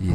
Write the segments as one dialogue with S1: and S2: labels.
S1: 以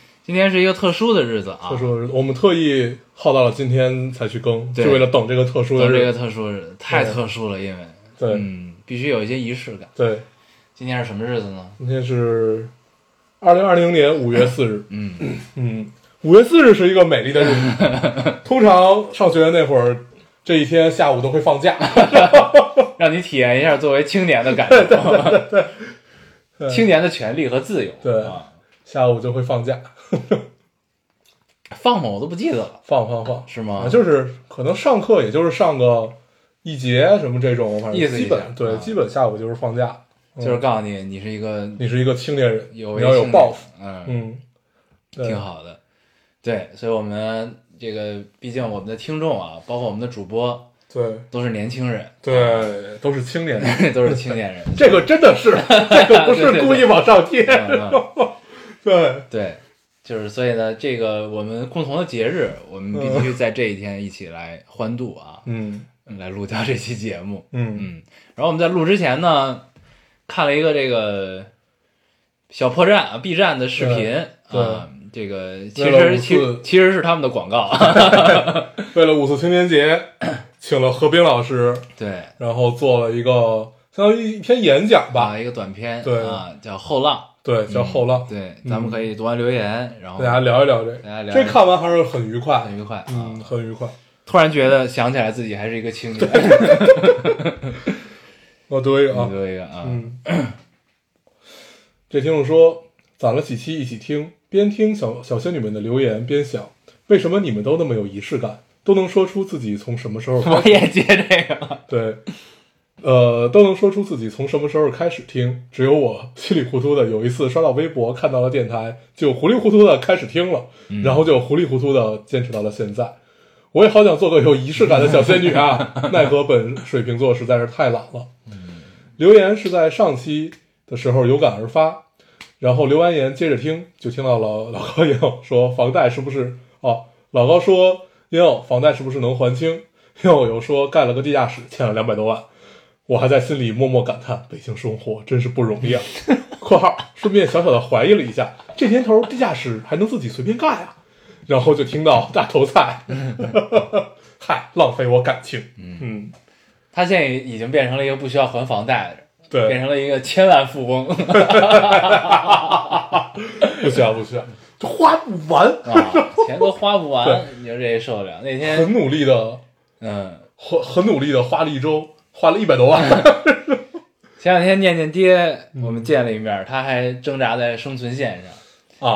S2: 今天是一个特殊的日子啊，
S3: 特殊的日子，我们特意耗到了今天才去更，
S2: 对
S3: 就为了等这个特殊的
S2: 都是一
S3: 日
S2: 个
S3: 子。
S2: 特殊的日子，太特殊了，因为
S3: 对、
S2: 嗯，必须有一些仪式感。
S3: 对，
S2: 今天是什么日子呢？
S3: 今天是二零二零年五月四 日。
S2: 嗯，
S3: 嗯，五月四日是一个美丽的日子。 通常上学那会儿，这一天下午都会放 假。
S2: 让你体验一下作为青年的感受，
S3: 对
S2: 青年的权利和自由。
S3: 对
S2: 啊
S3: 下午就会放假，
S2: 放吗？我都不记得了，
S3: 放放放
S2: 是吗
S3: 啊，？就是可能上课也就是上个一节什么这种，反
S2: 意
S3: 正
S2: 思
S3: 基
S2: 一下
S3: 本对、
S2: 啊
S3: 基本下午就是放假。嗯
S2: 就是告诉你，你是一个
S3: 你是一个青年人，
S2: 有
S3: 你
S2: 为
S3: 要有
S2: 青年
S3: 抱负。，
S2: 嗯，
S3: 嗯，对
S2: 挺好的。对，所以我们这个，毕竟我们的听众啊，包括我们的主播，
S3: 对
S2: 都是年轻人，
S3: 对，都是青年人。
S2: 都是青年人。
S3: 这个真的是，这个不 是故意往上贴。
S2: 嗯嗯
S3: 对，
S2: 对，就是所以呢，这个我们共同的节日，我们必须在这一天一起来欢度啊，
S3: 嗯
S2: 来录掉这期节目。
S3: 嗯，
S2: 嗯，然后我们在录之前呢，看了一个这个小破站啊，B 站的视频
S3: 对
S2: 啊，这个其
S3: 为了五
S2: 实其
S3: 四
S2: 其实是他们的广 告，
S3: 为了五四青年节，请了何冰老师，
S2: 对。
S3: 然后做了一个相当于一篇演讲吧
S2: 啊，，一个短片，
S3: 对
S2: 啊，叫《后浪嗯
S3: 对，》，叫《后浪》，嗯
S2: 对，咱们可以读完留言，然后
S3: 大家聊一聊这
S2: 大家
S3: 个。
S2: 聊
S3: 这看完还是很愉快
S2: 很，愉快啊。
S3: 嗯，很愉快。
S2: 突然觉得想起来自己还是一个青年，
S3: 我读一个啊
S2: 你，读一个啊，
S3: 嗯，这听众说攒了几期一起听，边听小小仙女们的留言，边想为什么你们都那么有仪式感，都能说出自己从什么时候开
S2: 我也接这个了。
S3: 对，呃，都能说出自己从什么时候开始听。只有我稀里糊涂的，有一次刷到微博看到了电台，就糊里糊涂的开始听了，然后就糊里糊涂的坚持到了现在。我也好想做个有仪式感的小仙女啊，奈何本水瓶座实在是太懒了。留言是在上期的时候有感而发，然后留完言接着听，就听到了老高 也有说房贷是不是哦？老高说也有房贷是不是能还清？又有说盖了个地下室，欠了两百多万，我还在心里默默感叹北京生活真是不容 易啊。（括号顺便小小的怀疑了一下，这年头地下室还能自己随便盖啊？）然后就听到大头 菜，嗨，浪费我感情。嗯，
S2: 他现在已经变成了一个不需要还房贷的人，变
S3: 对，
S2: 成了一个千万富 翁啊！
S3: 不需要 不需要，就花不完。
S2: 钱都花不完，你说这受得了？那天
S3: 很努力的，
S2: 嗯，
S3: 很很努力的花了一周，花了一百 多万。
S2: 前两天念念爹
S3: 嗯
S2: 我们见了一面，他还挣扎在生存线上。
S3: 啊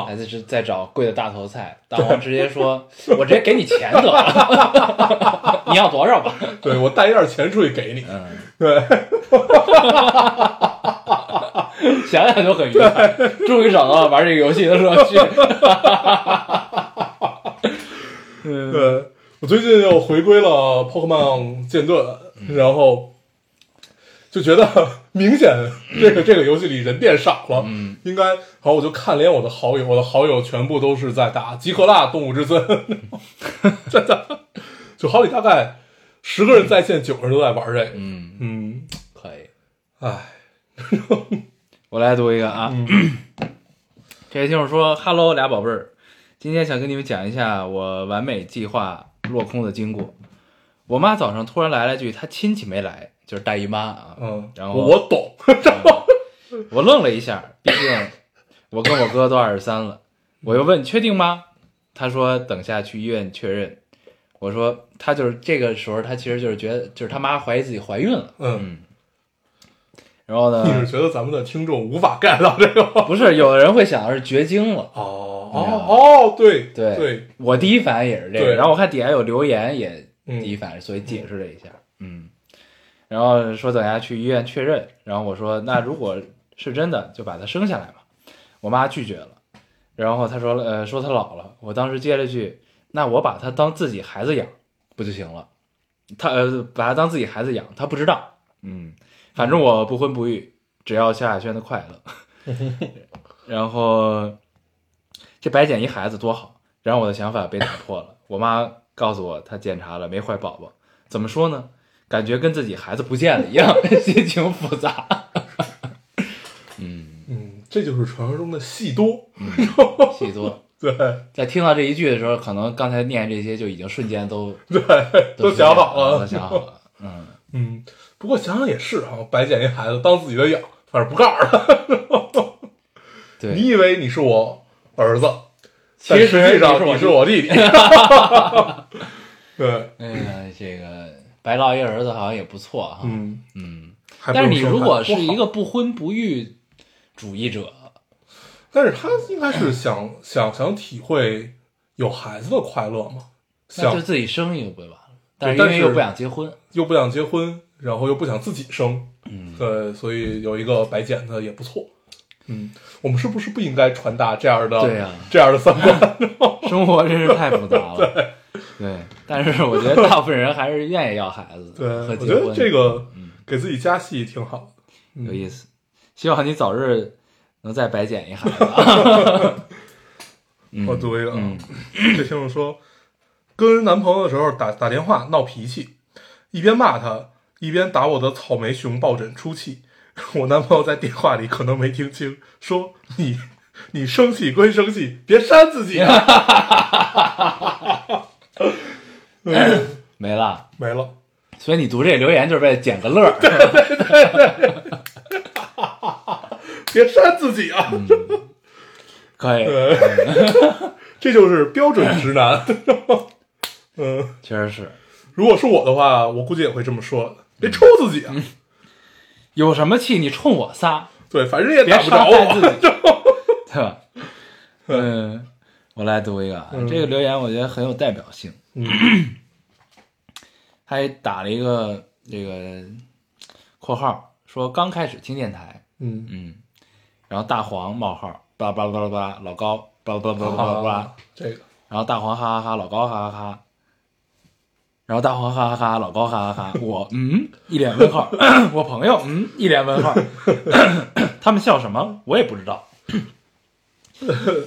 S2: 还在是在找贵的大头菜，大王直接说：“我直接给你钱得了， 你要多少吧
S3: 对我带一点钱出去给你？”。
S2: 嗯，
S3: 对，
S2: 想想就很愉快，终于找到啊了玩这个游戏的乐 趣。
S3: 对，我最近又回归了 Pokemon 剑盾，
S2: 嗯
S3: 然后就觉得明显这
S2: 嗯
S3: 个这个游戏里人变少了，嗯，应该，好，我就看了一眼我的好友，我的好友全部都是在打吉克拉、动物之森， 真的，就好几大概十个人在线，九个人都在玩这个，
S2: 嗯，
S3: 嗯，
S2: 可以，
S3: 唉，
S2: 我来读一个啊。
S3: 嗯
S2: 这位听众说：“Hello，俩宝贝儿，今天想跟你们讲一下我完美计划落空的经过。我妈早上突然来了句，她亲戚没来，就是大姨妈 啊。
S3: 嗯，
S2: 然后
S3: 我我懂，
S2: 我愣了一下，毕竟我跟我哥都二十三了。我又问确定吗？他说等下去医院确认。我说他就是这个时候，他其实就是觉得就是他妈怀疑自己怀孕了。
S3: 嗯，
S2: 然后
S3: 你
S2: 呢
S3: 是，觉得咱们的听众无法 get 到这个？
S2: 不是有的人会想是绝经了。
S3: 哦
S2: 没有
S3: 哦哦，对
S2: 对
S3: 对，
S2: 我第一反应也是这个，
S3: 对
S2: 然后我看底下有留言也
S3: 嗯
S2: 第一反应，所以解释了一下，嗯，然后说等下去医院确认，然后我说那如果是真的就把她生下来嘛，我妈拒绝了，然后他说呃说他老了，我当时接了句，那我把他当自己孩子养不就行了？他呃把他当自己孩子养，他不知道，嗯，反正我不婚不育，只要萧亚轩的快乐。 然后这白捡一孩子多好，然后我的想法被打破了。我妈告诉我，她检查了没怀宝宝。怎么说呢？感觉跟自己孩子不见了一样， 心情复杂。嗯，
S3: 嗯，这就是传说中的戏多，
S2: 戏多。
S3: 对
S2: 在听到这一句的时候，可能刚才念这些就已经瞬间都
S3: 对，都想好
S2: 都
S3: 了。
S2: 想好 了。嗯，
S3: 嗯，不过想想也是哈，白捡一孩子当自己的养，反正不告诉他。你
S2: 对，
S3: 以为你是我儿子，
S2: 其实
S3: 但实际上
S2: 你
S3: 你
S2: 是
S3: 是
S2: 我
S3: 我弟弟。 对，
S2: 哎呀，这个白落一儿子好像也不错哈。
S3: 嗯，
S2: 嗯，
S3: 还不
S2: 但是你如果是
S3: 说看
S2: 一，个不婚不育主义者，
S3: 但是他应该是想想想体会有孩子的快乐嘛，
S2: 那就
S3: 想
S2: 自己生一个不就完了？但是
S3: 对
S2: 因
S3: 但
S2: 为
S3: 是
S2: 又不想结婚，
S3: 又不想结婚，然后又不想自己生，
S2: 嗯，
S3: 对，所以有一个白捡的也不错。嗯，我们是不是不应该传达这样的
S2: 对啊呀
S3: 这样的三 观？
S2: 生活真是太复杂了。对，但是我觉得大部分人还是愿意要孩子
S3: 对，
S2: 和
S3: 我
S2: 结
S3: 觉得
S2: 婚，
S3: 这个
S2: 嗯
S3: 给自己加戏挺好的。
S2: 有意思。希望你早日能再白捡一孩子啊。嗯
S3: 我读一个啊，
S2: 嗯
S3: 这听众说，跟男朋友的时候打打电话闹脾气，一边骂他，一边打我的草莓熊抱枕出气。 我男朋友在电话里可能没听清，说你你生气归生气，别扇自 己啊。嗯
S2: 没了。
S3: 没了，
S2: 所以你读这留言就是为了捡个乐儿。
S3: 别扇自己啊！
S2: 嗯可以，
S3: 这就是标准直男。 嗯，
S2: 确实是。
S3: 如果是我的话，我估计也会这么说的。别抽自己啊！
S2: 有什么气你冲我 撒，
S3: 对，反正也
S2: 别
S3: 打不
S2: 伤
S3: 着
S2: 害自
S3: 我。
S2: 己， 对吧？嗯，我来读一个啊，这个留言我觉得很有代表性。
S3: 嗯
S2: 还打了一个这个括号，说刚开始听电台，
S3: 嗯，
S2: 嗯，然后大黄冒号，巴拉巴拉巴拉巴拉，老高巴拉巴拉巴拉巴拉巴拉，
S3: 啊，这个
S2: 然后大黄哈哈哈，老高哈哈哈，然后大黄哈哈哈，老高哈哈哈，我嗯一脸问号， 我朋友嗯一脸问号， 他们笑什么我也不知道，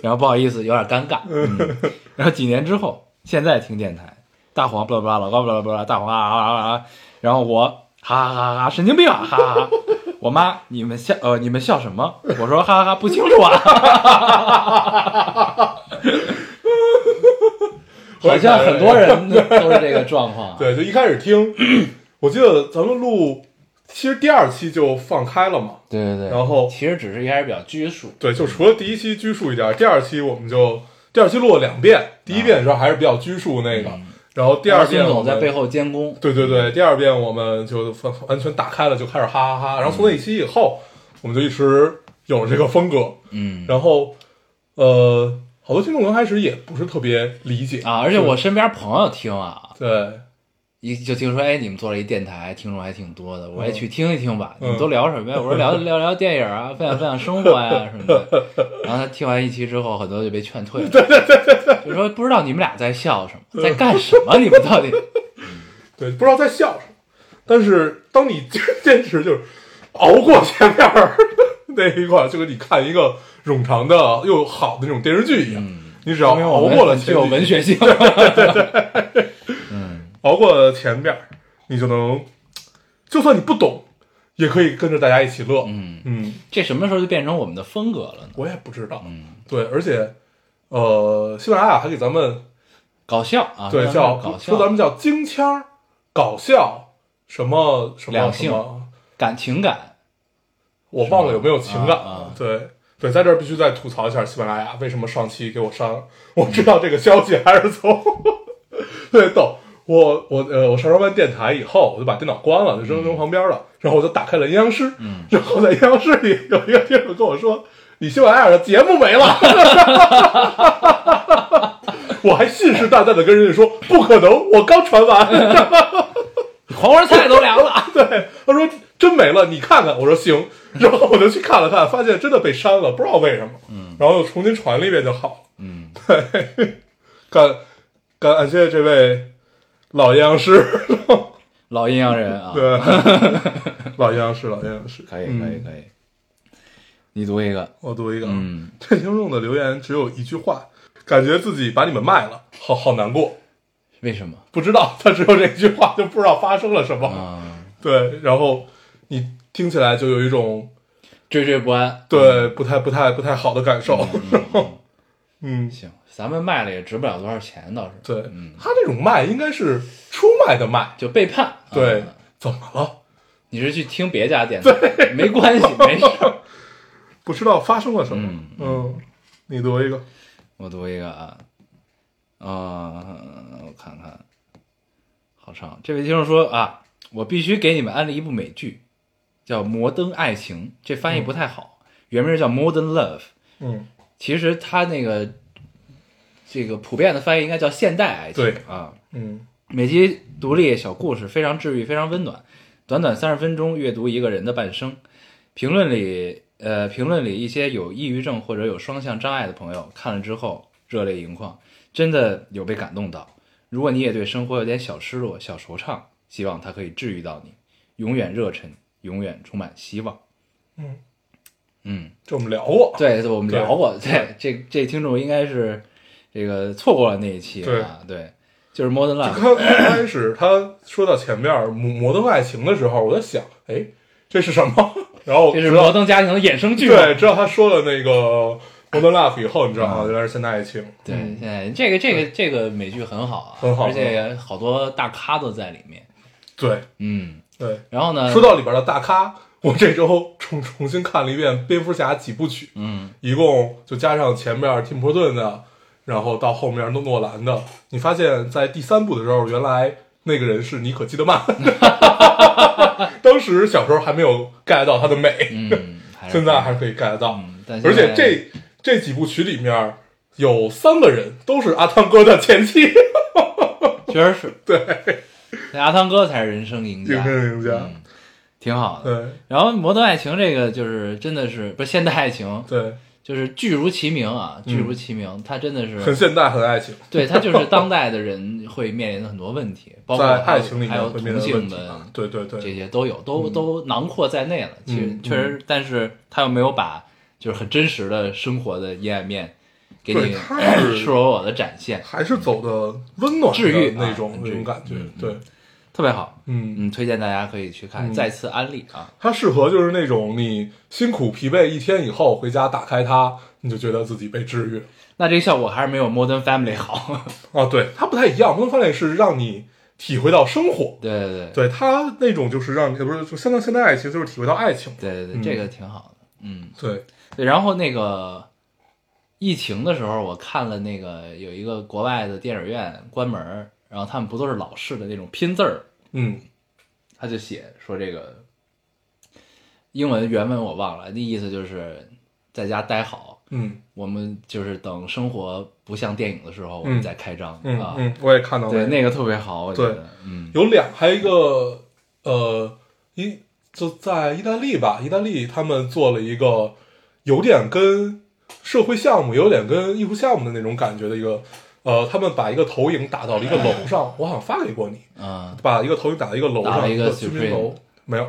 S2: 然后不好意思有点尴尬，嗯、然后几年之后现在听电台，大黄巴拉巴拉，老高巴拉巴拉，大黄啊啊啊啊，然后我哈哈哈哈神经病啊哈哈哈。我妈，你们笑呃，你们笑什么？我说哈哈哈，不清楚啊。 好像很多人都是这个状况。
S3: 对，就一开始听，我记得咱们录，其实第二期就放开了嘛。
S2: 对对对。
S3: 然后
S2: 其实只是一开始比较拘束，
S3: 对，就除了第一期拘束一点，第二期我们就第二期录了两遍，第一遍的时候还是比较拘束那
S2: 嗯
S3: 个，然后第二
S2: 孙
S3: 遍我
S2: 总
S3: 们
S2: 在背后监工。
S3: 对对对，第二遍我们就完完全打开了，就开始哈哈哈。然后从那一期以后，我们就一直有这个风格。
S2: 嗯
S3: 然后，呃，好多听众刚开始也不是特别理解
S2: 啊，而且我身边朋友听啊，
S3: 对
S2: 一就听说哎，你们做了一电台，听众还挺多的，我也
S3: 嗯
S2: 去听一听吧。
S3: 嗯
S2: 你们都聊什么呀？我说 聊聊聊电影啊，分享分享生活呀、什么的。然后他听完一期之后，很多就被劝退了，就说不知道你们俩在笑什么，在干什么？你们到 底？
S3: 对，不知道在笑什么。但是当你坚 持就是熬过前面儿 那一块儿，就跟你看一个冗长的又好的那种电视剧一样，你只要
S2: 因为
S3: 熬
S2: 我们
S3: 过了
S2: 很具嗯
S3: 前
S2: 有
S3: 几
S2: 文学性。
S3: 熬过了前边儿，你就能，就算你不懂，也可以跟着大家一起乐。
S2: 嗯，
S3: 嗯，
S2: 这什么时候就变成我们的风格了呢？
S3: 我也不知道。
S2: 嗯，
S3: 对，而且，呃，喜马拉雅还给咱们
S2: 搞笑啊，
S3: 对
S2: 非
S3: 叫
S2: 常搞笑
S3: 说，咱们叫京腔儿、搞笑什么什么
S2: 两
S3: 什
S2: 性
S3: 么，
S2: 感情感。
S3: 我忘了有没有情感
S2: 啊啊
S3: 了。对对，在这儿必须再吐槽一下喜马拉雅，为什么上期给我删了？ 我知道这个消息还是从 对逗我我呃我上传完电台以后，我就把电脑关了，就
S2: 嗯
S3: 扔扔旁边了，然后我就打开了阴阳师， 然后在阴阳师里有一个听众跟我说：“你喜马拉雅的节目没了。” 我还信誓旦旦的跟人家说：“不可能，我刚传完。”
S2: 黄花菜都凉了。
S3: 对，他说真没了，你看看。我说行，然后我就去看了看，发现真的被删了，不知道为什么。嗯，然后又重新传了一遍就好了。
S2: 嗯，
S3: 感感感谢这位老阴阳师，
S2: 老阴阳人啊，
S3: 对，老阴阳师，老阴阳师，
S2: 可以可以可以，你读一个，
S3: 我读一个，啊
S2: 嗯，
S3: 这听众的留言只有一句话，感觉自己把你们卖了，好好难过。
S2: 为什么
S3: 不知道，他只有这一句话，就不知道发生了什么。
S2: 啊？
S3: 对，然后你听起来就有一种
S2: 惴惴不安。
S3: 对不太不太不太好的感受。
S2: 嗯
S3: 然后， 嗯，
S2: 行，咱们卖了也值不了多少钱，倒是
S3: 对
S2: 嗯，
S3: 他这种卖应该是出卖的卖。
S2: 就背叛。啊
S3: 对，怎么了？
S2: 你是去听别家电台，没关 系，没事儿。
S3: 不知道发生了什么。
S2: 嗯
S3: 嗯，你读一个。
S2: 我读一个啊，呃，我看看，好长。这位听众说啊，我必须给你们安利一部美剧，叫《摩登爱情》，这翻译不太好，原名叫《Modern Love》。
S3: 嗯，
S2: 其实它那个这个普遍的翻译应该叫《现代爱情》
S3: 对
S2: 啊。
S3: 嗯
S2: 每集独立小故事，非常治愈，非常温暖。短短三十分钟，阅读一个人的半生。评论里，呃，评论里一些有抑郁症或者有双向障碍的朋友看了之后热泪盈眶，真的有被感动到。如果你也对生活有点小失落、小惆怅，希望它可以治愈到你，永远热忱，永远充满希望。
S3: 嗯
S2: 嗯，
S3: 这我们聊过。
S2: 对，我们聊过，对，这这听众应该是这个错过了那一期啊，对，就是《Modern
S3: 就
S2: Love》
S3: 刚开始他说到前面《摩摩登爱情》的时候，我在想，哎，这是什 么？然后
S2: 这是
S3: 直到
S2: 摩登家庭的衍生剧嘛。
S3: 对，知道他说了那个 Modern Love 以后，你知道啊，原来是现代爱情。
S2: 对，
S3: 嗯
S2: 现在这个这个这个美剧很好啊，
S3: 很好
S2: 而且好多大咖都在里面。
S3: 对
S2: 嗯，
S3: 对。
S2: 然后呢？
S3: 说到里边的大咖，我这周重 重新看了一遍《蝙蝠侠》几部曲，
S2: 嗯，
S3: 一共就加上前面蒂姆·波顿的，然后到后面诺诺兰的，你发现在第三部的时候，原来那个人是尼可基德 曼，当时小时候还没有 get 到他的美，
S2: 嗯，还是
S3: 现在还可以 get 到。
S2: 嗯，但
S3: 而且
S2: 现在
S3: 这这几部曲里面有三个人都是阿汤哥的 前妻，
S2: 确实是对，那阿汤哥才是人生赢
S3: 影
S2: 家，
S3: 人赢家。
S2: 嗯，挺好的。
S3: 对
S2: 然后《摩登爱情》这个就是真的是不是现代爱情，
S3: 对，嗯
S2: 就是剧如其名啊，剧如其名，它真的
S3: 很
S2: 是
S3: 现代，很爱情。
S2: 对它就是当代的人会面临的很多问题，包括
S3: 在
S2: 还
S3: 爱
S2: 有
S3: 情里
S2: 还
S3: 面
S2: 有
S3: 会面
S2: 同
S3: 临问
S2: 性
S3: 题
S2: 的
S3: 啊，对对
S2: 这
S3: 对，
S2: 些都有，都、
S3: 嗯
S2: 都囊括在内了。其实
S3: 嗯
S2: 确实，但是他又没有把就是很真实的生活的阴暗面给
S3: 对
S2: 你
S3: 他
S2: 赤
S3: 是
S2: 裸裸的展现，
S3: 还是走的温暖的
S2: 治愈啊
S3: 那种
S2: 很
S3: 那
S2: 治愈
S3: 种感觉
S2: 嗯。
S3: 对，
S2: 特别好。
S3: 嗯，
S2: 嗯，推荐大家可以去看，
S3: 嗯
S2: 再次安利啊。
S3: 它适合就是那种你辛苦疲惫一天以后回家打开它，你就觉得自己被治愈了
S2: 那这个效果还是没有《Modern Family》好。
S3: 啊。对，它不太一样，《摩登方脸》是让你体会到生活。
S2: 对对对
S3: 对它那种就是让你呃不是就相当于现代爱情，就是体会到爱情。
S2: 对对对，
S3: 嗯
S2: 这个挺好的。嗯，
S3: 对，
S2: 对。然后那个疫情的时候，我看了那个有一个国外的电影院关门儿，然后他们不都是老式的那种拼字儿
S3: 嗯
S2: 他就写说这个英文原文我忘了，那意思就是在家待好，
S3: 嗯
S2: 我们就是等生活不像电影的时候，我们再开张、
S3: 嗯
S2: 啊。
S3: 嗯，我也看到
S2: 对，
S3: 了，
S2: 那个特别好，我觉
S3: 对
S2: 得，嗯
S3: 有两，还有一个呃一就在意大利吧，意大利他们做了一个有点跟社会项目，有点跟艺术项目的那种感觉的一个，呃，他们把一个投影打到了一个楼上，我好像发给过你，
S2: 啊
S3: 把一个投影打到一个楼
S2: 打了
S3: 上，
S2: 一
S3: 一
S2: 个
S3: 个居
S2: Supreme 啊
S3: 民楼 没有，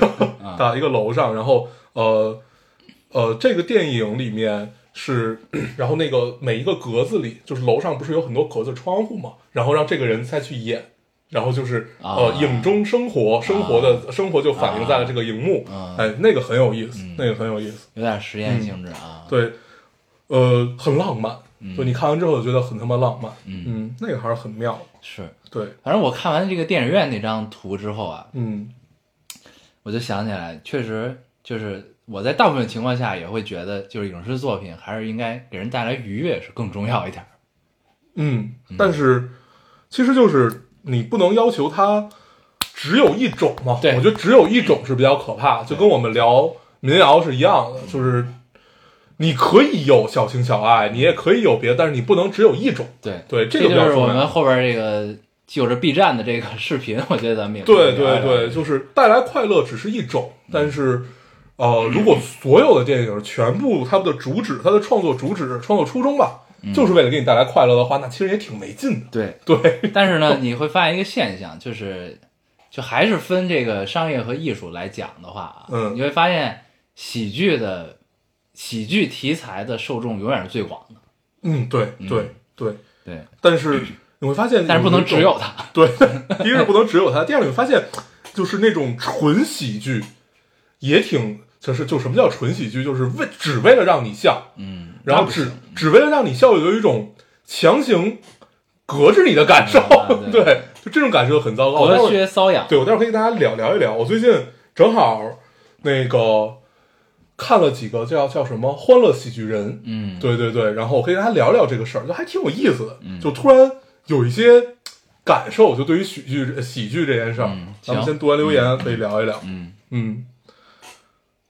S3: 打到一个楼上，然后呃呃，这个电影里面。是， 然后那个每一个格子里，就是楼上不是有很多格子窗户嘛，然后让这个人再去演，然后就是、
S2: 啊
S3: 呃影中生活，生活的、生活就反映在了这个荧幕，
S2: 啊
S3: 哎，那个很有意思，那个很有意思，
S2: 有点实验性质啊。
S3: 嗯对，呃，很浪漫，就你看完之后就觉得很他妈浪漫，
S2: 嗯
S3: 嗯，那个还是很妙的，
S2: 是。
S3: 对，
S2: 反正我看完这个电影院那张图之后啊，
S3: 嗯
S2: 我就想起来，确实就是我在大部分情况下也会觉得，就是影视作品还是应该给人带来愉悦是更重要一点儿。
S3: 嗯，但是其实就是你不能要求它只有一种嘛，
S2: 对
S3: 我觉得只有一种是比较可怕，就跟我们聊民谣是一样的，就是。你可以有小情小爱，你也可以有别的，但是你不能只有一种。
S2: 对
S3: 对这
S2: 这
S3: 个比较
S2: 就是
S3: 重
S2: 我
S3: 要
S2: 们后边这个就着 B 站的这个视频，我觉得咱们也可以
S3: 对
S2: 聊
S3: 对
S2: 一聊
S3: 对，就是带来快乐只是一种，但是，呃，如果所有的电影全部它们的主旨、它的创作主旨、创作初衷吧，就是为了给你带来快乐的话，那其实也挺没劲的。
S2: 对，
S3: 对，
S2: 但是呢，你会发现一个现象，就是就还是分这个商业和艺术来讲的话啊，
S3: 嗯
S2: 你会发现喜剧的喜剧题材的受众永远是最广的，
S3: 嗯，对对对，
S2: 对，
S3: 但是你会发现，
S2: 但是不能只有它，
S3: 嗯对， 第一个是不能只有它，第二个你会发现，就是那种纯喜剧也挺，就是就什么叫纯喜剧，就是为只为了让你笑，
S2: 嗯，
S3: 然后
S2: 那不行
S3: 只只为了让你笑，有一种强行隔着你的感受
S2: 嗯 啊，对
S3: 对，就这种感受很糟糕。我待
S2: 博
S3: 会儿
S2: 学搔痒，
S3: 对我待会儿可以跟大家聊聊一聊。我最近正好那个看了几个叫叫什么《欢乐喜剧人》，
S2: 嗯，
S3: 对对对，然后我可以跟大家聊聊这个事儿，就还挺有意思的。
S2: 嗯
S3: 就突然有一些感受，就对于喜剧喜剧这件事儿
S2: 嗯，
S3: 咱们
S2: 行
S3: 先读完留言可以聊一聊。
S2: 嗯
S3: 嗯，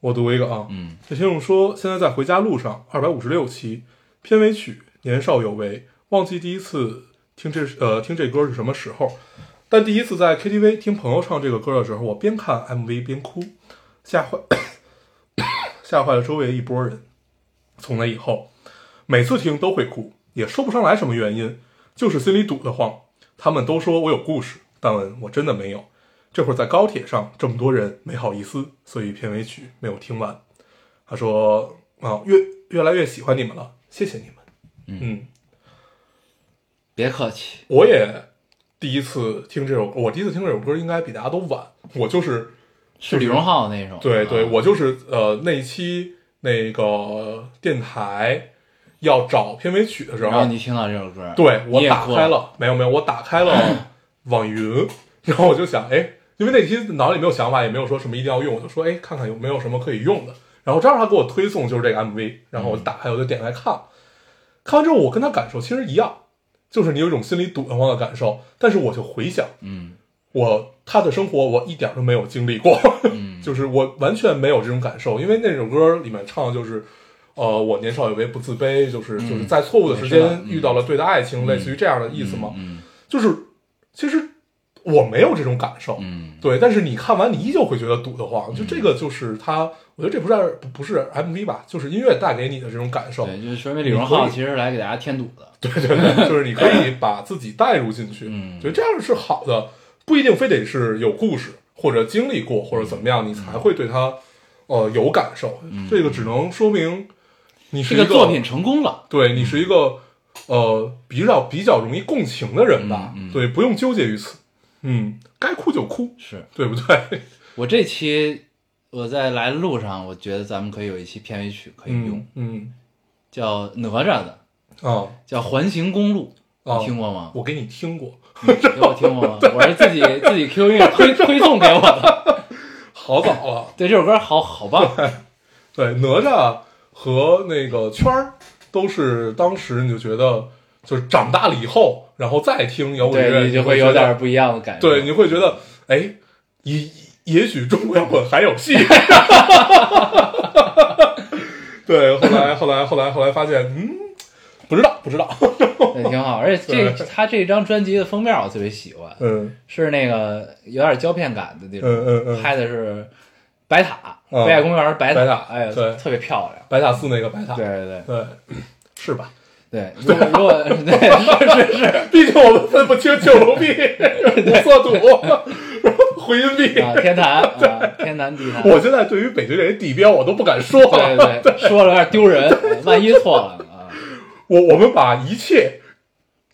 S3: 我读一个啊，
S2: 嗯，
S3: 这听众说现在在回家路上，二百五十六期片尾曲《年少有为》，忘记第一次听这呃听这歌是什么时候，但第一次在 KTV 听朋友唱这个歌的时候，我边看 MV 边哭，吓坏 吓坏了周围一波人。从那以后，每次听都会哭，也说不上来什么原因，就是心里堵得慌。他们都说我有故事，但我真的没有。这会儿在高铁上，这么多人，没好意思，所以片尾曲没有听完。他说啊，越越来越喜欢你们了，谢谢你们。嗯，
S2: 别客气，
S3: 我也第一次听这首，我第一次听这首歌应该比大家都晚。我就是
S2: 是李荣浩那种，
S3: 对对，
S2: 啊
S3: 我就是呃那一期那个电台要找片尾曲的时
S2: 然后
S3: 候，
S2: 你听到这首歌，
S3: 对我
S2: 你也嗯
S3: 打
S2: 哭
S3: 开，了，没有没有，我打开了网易云，然后我就想，哎，因为那期脑子里没有想法，也没有说什么一定要用，我就说，哎，看看有没有什么可以用的。然后正好他给我推送就是这个 MV，然
S2: 嗯
S3: 后我就打开，我就点开看，看完之后我跟他感受其实一样，就是你有一种心里堵得慌的感受，但是我就回想
S2: 嗯
S3: 我他的生活，我一点都没有经历过，
S2: 嗯
S3: 就是我完全没有这种感受，因为那首歌里面唱的就是，呃，我年少有为不自卑，就是、就是在错误的时
S2: 我知道
S3: 间
S2: 嗯
S3: 遇到了对的爱情，类似于这样的意思嘛。
S2: 嗯
S3: 就是其实我没有这种感受，
S2: 嗯
S3: 对，但是你看完你依旧会觉得堵得慌。就这个就是他，我觉得这不是不不是 MV 吧，就是音乐带给你的这种感受。
S2: 对，就是说明李荣浩
S3: 哦你可以
S2: 其实来给大家添堵的，
S3: 对对对，就是你可以把自己带入进去，
S2: 嗯
S3: 对，这样是好的，不一定非得是有故事或者经历过或者怎么
S2: 嗯
S3: 样，你才会对它呃有感受。这个只能说明你是
S2: 这
S3: 一
S2: 个作品成功了，
S3: 对你是一个呃比较比较容易共情的人吧，
S2: 嗯嗯
S3: 对，不用纠结于此，嗯，该哭就哭，
S2: 是
S3: 对不对？
S2: 我这期我在来的路上，我觉得咱们可以有一期片尾曲可以用，
S3: 嗯嗯
S2: 叫《哪吒》的，
S3: 啊
S2: 叫《环形公路》，
S3: 啊，
S2: 你听过吗？
S3: 我给你听过，
S2: 你给我听过吗？我是自己自己 QQ 音乐推推送给我的。
S3: 好早了。
S2: 对，这首歌好好棒。
S3: 对，哪吒和那个圈儿都是当时你就觉得，就是长大了以后，然后再听摇滚乐，
S2: 对，你就会
S3: 觉
S2: 有
S3: 得
S2: 点不一样的感觉。
S3: 对，你会觉得，哎，也也许中国摇滚还有戏。 对，后来后来后来后来发现，嗯，不知道不知道，
S2: 对，挺好。而且这
S3: 对
S2: 他这张专辑的封面我特别喜欢，
S3: 嗯
S2: 是那个有点胶片感的那种，
S3: 嗯嗯嗯，
S2: 拍的是白塔，
S3: 嗯
S2: 北海公园白
S3: 白塔
S2: 塔，哎呀，
S3: 对
S2: 特别漂亮。
S3: 白塔寺那个白塔，
S2: 对对对
S3: 对，是吧？
S2: 对，如果如果 对是是是。
S3: 毕竟我们分不清九龙壁、五色土、然后回音壁
S2: 啊，天坛啊，天坛地坛，
S3: 我现在对于北京这些地标，我都不敢说。
S2: 对对对，说了有点丢人，万一错了呢啊，
S3: 我我们把一切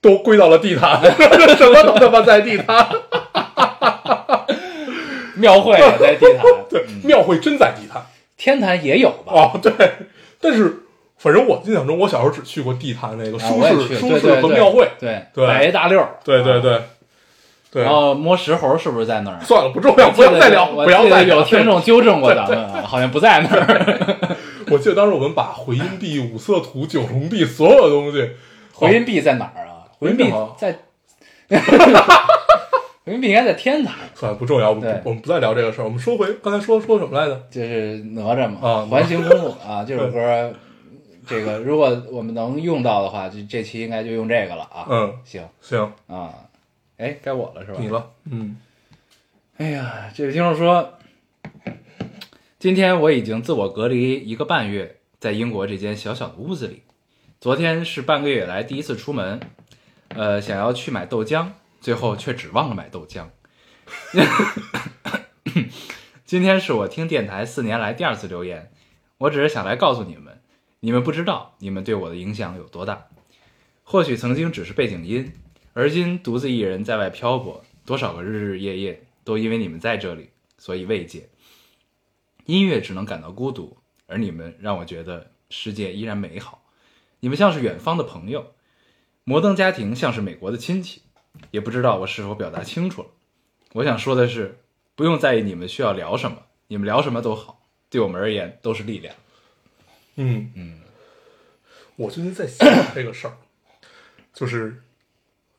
S3: 都归到了地坛， 什么都他妈在地坛。
S2: 庙会也哎在地坛， 嗯
S3: 对，庙会真在地坛
S2: 天坛也有吧？
S3: 啊、对，但是反正我印象中，我小时候只去过地坛那个
S2: 啊
S3: 舒
S2: 我也
S3: 适、
S2: 去
S3: 舒
S2: 对
S3: 适
S2: 对
S3: 和
S2: 对
S3: 庙会。
S2: 对
S3: 对
S2: 摆一大溜儿，
S3: 对对
S2: 啊。
S3: 对对
S2: 然，后摸石猴是不是在那儿？
S3: 算了，不重要，
S2: 我记
S3: 不
S2: 得
S3: 要再聊，
S2: 我
S3: 不要
S2: 记得
S3: 再聊
S2: 有听。众纠正过咱们啊，好像不在那儿。
S3: 我记得当时我们把回音壁、五色土、九龙壁所有的东西，
S2: 回音壁在哪儿啊？回音
S3: 回
S2: 壁
S3: 音壁好像
S2: 在， 回音壁应该在天坛，
S3: 算了，不重要，我
S2: 对
S3: 们我们不再聊这个事儿。我们说回刚才说说什么来着？
S2: 就是哪吒嘛，
S3: 啊
S2: 环形公路》啊，这首歌，这个如果我们能用到的话，就这期应该就用这个了啊。
S3: 嗯，
S2: 行
S3: 行，
S2: 啊，哎，该我了是吧？
S3: 你了，嗯，
S2: 哎呀，这位听众说，今天我已经自我隔离一个半月，在英国这间小小的屋子里。昨天是半个月以来第一次出门，呃，想要去买豆浆，最后却只忘了买豆浆。 今天是我听电台四年来第二次留言，我只是想来告诉你们，你们不知道你们对我的影响有多大。或许曾经只是背景音，而今独自一人在外漂泊，多少个日日夜夜都因为你们在这里，所以慰藉。音乐只能感到孤独，而你们让我觉得世界依然美好。你们像是远方的朋友，摩登家庭像是美国的亲戚。也不知道我是否表达清楚了。我想说的是，不用在意你们需要聊什么，你们聊什么都好，对我们而言都是力量。
S3: 嗯嗯，我最近在想这个事儿，就是，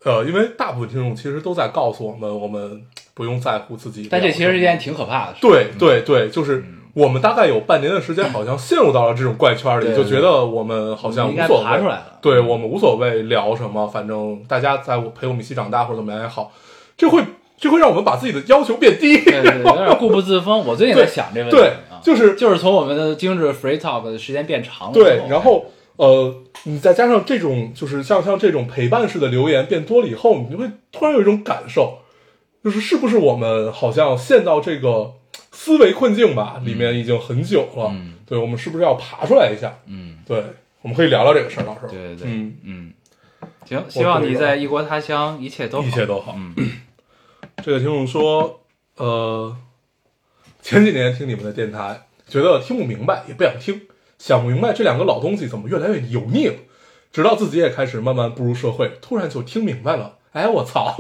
S3: 呃，因为大部分听众其实都在告诉我们，我们不用在乎自己。
S2: 但这其实是一件嗯挺可怕的事。
S3: 对对对，就是我们大概有半年的时间，好像陷入到了这种怪圈里，
S2: 对
S3: 就
S2: 对
S3: 觉得我们好像
S2: 我们
S3: 无
S2: 应该
S3: 所
S2: 爬
S3: 谓
S2: 出来 了。
S3: 对我们无所谓聊什么，反正大家在我陪我们一起长大或者怎么样也好，这会这会让我们把自己的要求变低。
S2: 对对，对有点固步自封。我最近也在想这问题
S3: 对
S2: 啊，，
S3: 就是
S2: 就是从我们的精致 free talk 的时间变长了之，
S3: 对，然后呃，你再加上这种就是像像这种陪伴式的留言变多了以后，你就会突然有一种感受，就是是不是我们好像陷到这个思维困境吧里面已经很久了？
S2: 嗯
S3: 对，我们是不是要爬出来一下？
S2: 嗯，
S3: 对，我们可以聊聊这个事儿，到时候。
S2: 对对对，
S3: 嗯，
S2: 嗯，行，希望你在异国他乡一切都好
S3: 一切都好。
S2: 嗯，
S3: 这个听众说，呃，前几年听你们的电台，觉得听不明白，也不想听，想不明白这两个老东西怎么越来越油腻了，直到自己也开始慢慢步入社会，突然就听明白了。哎，我 操！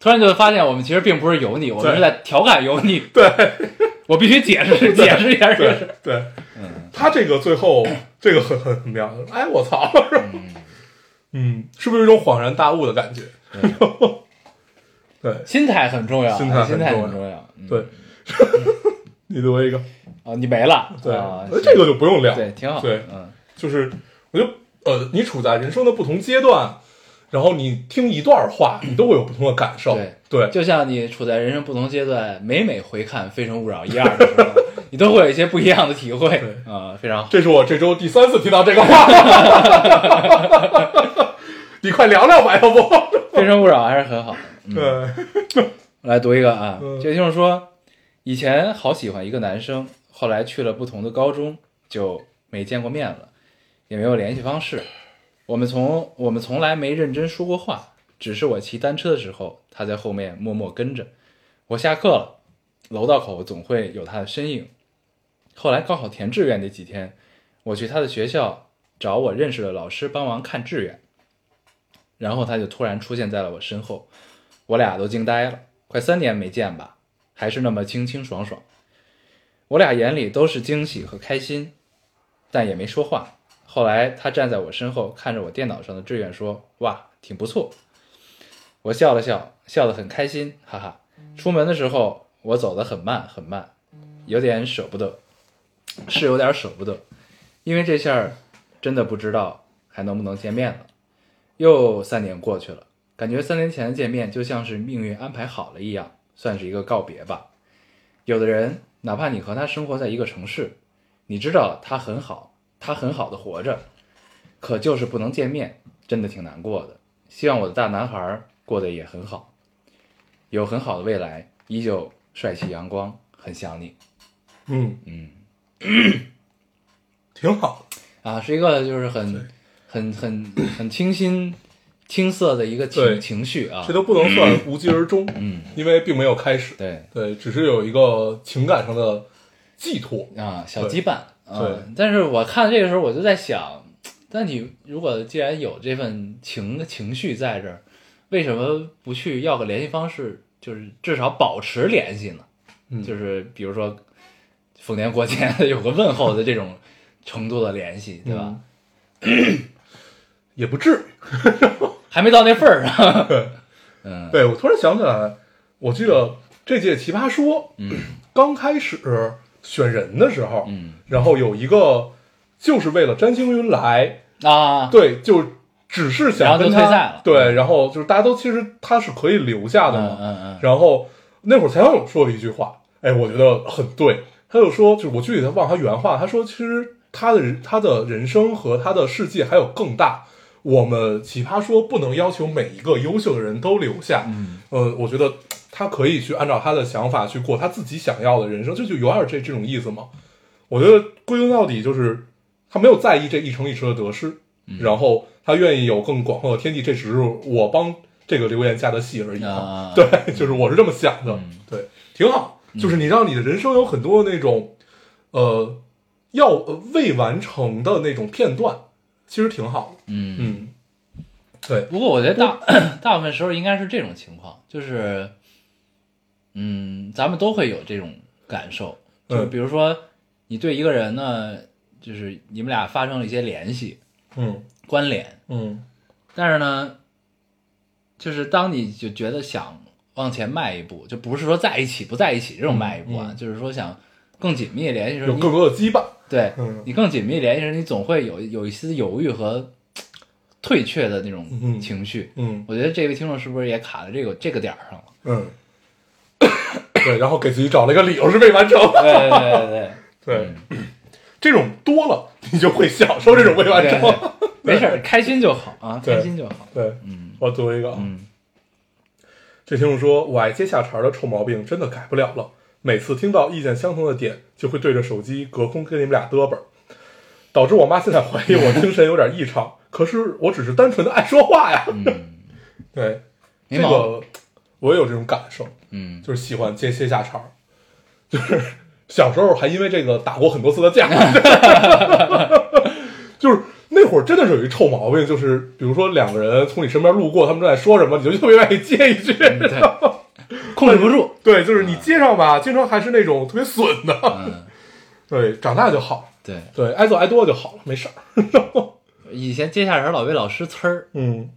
S2: 突然就发现我们其实并不是油腻，我们
S3: 对
S2: 是在调侃油腻。
S3: 对，
S2: 我必须解释解释一下这个事
S3: 对
S2: 儿。
S3: 对，
S2: 嗯
S3: 他这个最后这个很很很妙，哎，我操！是吧 嗯，是不是有一种恍然大悟的感觉？ 对
S2: 心态很重要，
S3: 心态很
S2: 心态很
S3: 重
S2: 重要。嗯
S3: 对，你读一个，
S2: 啊，你没了，
S3: 对哎呃
S2: 啊，
S3: 这个就不用聊，
S2: 对挺好，
S3: 对
S2: 嗯，
S3: 就是我觉得呃，你处在人生的不同阶段，然后你听一段话，你都会有不同的感受。
S2: 对
S3: 对
S2: 就像你处在人生不同阶段，每每回看《非诚勿扰》一二的时候，你都会有一些不一样的体会
S3: 对
S2: 啊，非常好。
S3: 这是我这周第三次听到这个话， 你快聊聊吧，要不？
S2: 《非诚勿扰》还是很好的。嗯
S3: 对，
S2: 我来读一个啊，
S3: 嗯
S2: 这个听众说，以前好喜欢一个男生，后来去了不同的高中，就没见过面了，也没有联系方式。我们从我们从来没认真说过话，只是我骑单车的时候，他在后面默默跟着。我下课了，楼道口总会有他的身影。后来高考填志愿那几天，我去他的学校找我认识的老师帮忙看志愿，然后他就突然出现在了我身后，我俩都惊呆了，快三年没见吧，还是那么清清爽爽。我俩眼里都是惊喜和开心，但也没说话。后来他站在我身后，看着我电脑上的志愿说：“哇，挺不错。”我笑了笑，笑得很开心，哈哈。出门的时候，我走得很慢很慢，有点舍不得，是有点舍不得，因为这下儿真的不知道还能不能见面了。又三年过去了，感觉三年前的见面就像是命运安排好了一样，算是一个告别吧。有的人，哪怕你和他生活在一个城市，你知道他很好，他很好的活着，可就是不能见面，真的挺难过的。希望我的大男孩过得也很好，有很好的未来，依旧帅气阳光，很想你。
S3: 嗯
S2: 嗯，
S3: 挺好的。
S2: 啊，是一个就是很很很很清新、青涩的一个
S3: 对
S2: 情情绪啊
S3: 这。都不能算无疾而终，
S2: 嗯，
S3: 因为并没有开始。
S2: 对
S3: 对，只是有一个情感上的寄托。
S2: 啊，小
S3: 对
S2: 羁绊。啊
S3: 对
S2: 但是我看这个时候我就在想，那你如果既然有这份情情绪在这儿，为什么不去要个联系方式？就是至少保持联系呢？
S3: 嗯
S2: 就是比如说逢年过节有个问候的这种程度的联系，对吧？
S3: 嗯也不至于。
S2: 还没到那份儿 上。嗯
S3: 对，我突然想起来，我记得这届《奇葩说》刚开始选人的时候，
S2: 嗯
S3: 然后有一个就是为了詹星云来，
S2: 啊，
S3: 对，就只是
S2: 然
S3: 想
S2: 后就
S3: 跟他
S2: 退赛了
S3: 对，然后就是大家都其实他是可以留下的嘛
S2: 嗯，嗯嗯，
S3: 然后那会儿采访有说了一句话，哎，我觉得很对。他就说，就是我具体的忘了他原话，他说其实他的人他的人生和他的世界还有更大。我们奇葩说不能要求每一个优秀的人都留下，嗯，呃，我觉得他可以去按照他的想法去过他自己想要的人生，这就有点这这种意思嘛。我觉得归根到底就是他没有在意这一城一池的得失，
S2: 嗯
S3: 然后他愿意有更广阔的天地，这只是我帮这个留言下的戏而已
S2: 啊
S3: 啊。 对，就是我是这么想的，对，挺好。就是你让你的人生有很多那种，呃，要呃未完成的那种片段，其实挺好的。
S2: 嗯
S3: 嗯，对，
S2: 不过我觉得大大 部分时候应该是这种情况，就是，嗯，咱们都会有这种感受，
S3: 嗯
S2: 就是比如说你对一个人呢，就是你们俩发生了一些联系
S3: 嗯
S2: 关联，
S3: 嗯
S2: 但是呢，就是当你就觉得想往前迈一步，就不是说在一起不在一起这种迈一步啊，
S3: 嗯嗯
S2: 就是说想更紧密地联系的时
S3: 有
S2: 候，
S3: 更
S2: 你
S3: 多的羁绊。
S2: 对
S3: 嗯
S2: 你更紧密地联系的时候，你总会有有一丝犹豫和退却的那种
S3: 嗯
S2: 情绪，
S3: 嗯
S2: 我觉得这位听众是不是也卡在这个这个点儿上了？
S3: 嗯，对，然后给自己找了一个理由是未完成。
S2: 对对对对
S3: 对， 这种多了，你就会享受这种未完
S2: 对
S3: 成。
S2: 对， 没事儿，开心就好啊，
S3: 对
S2: 开心就好。
S3: 对，
S2: 嗯
S3: 我读一个啊，
S2: 嗯
S3: 这听众说，我爱接下茬儿的臭毛病真的改不了了。每次听到意见相同的点，就会对着手机隔空跟你们俩嘚啵儿，导致我妈现在怀疑我精神有点 异常。可是我只是单纯的爱说话呀。
S2: 嗯，
S3: 对，
S2: 没
S3: 这
S2: 毛病。
S3: 个我也有这种感受，
S2: 嗯，
S3: 就是喜欢接接下茬儿，就是小时候还因为这个打过很多次的架， 就是那会儿真的是有一臭毛病，就是比如说两个人从你身边路过，他们正在说什么，你就特别愿意接一句。
S2: 嗯对，控制不住。
S3: 对，就是你接上吧，经常还是那种特别损的。
S2: 嗯，
S3: 对，长大就好，
S2: 对，
S3: 对，挨揍挨多就好了，没事儿。
S2: 以前接下茬老被老师呲儿，
S3: 嗯，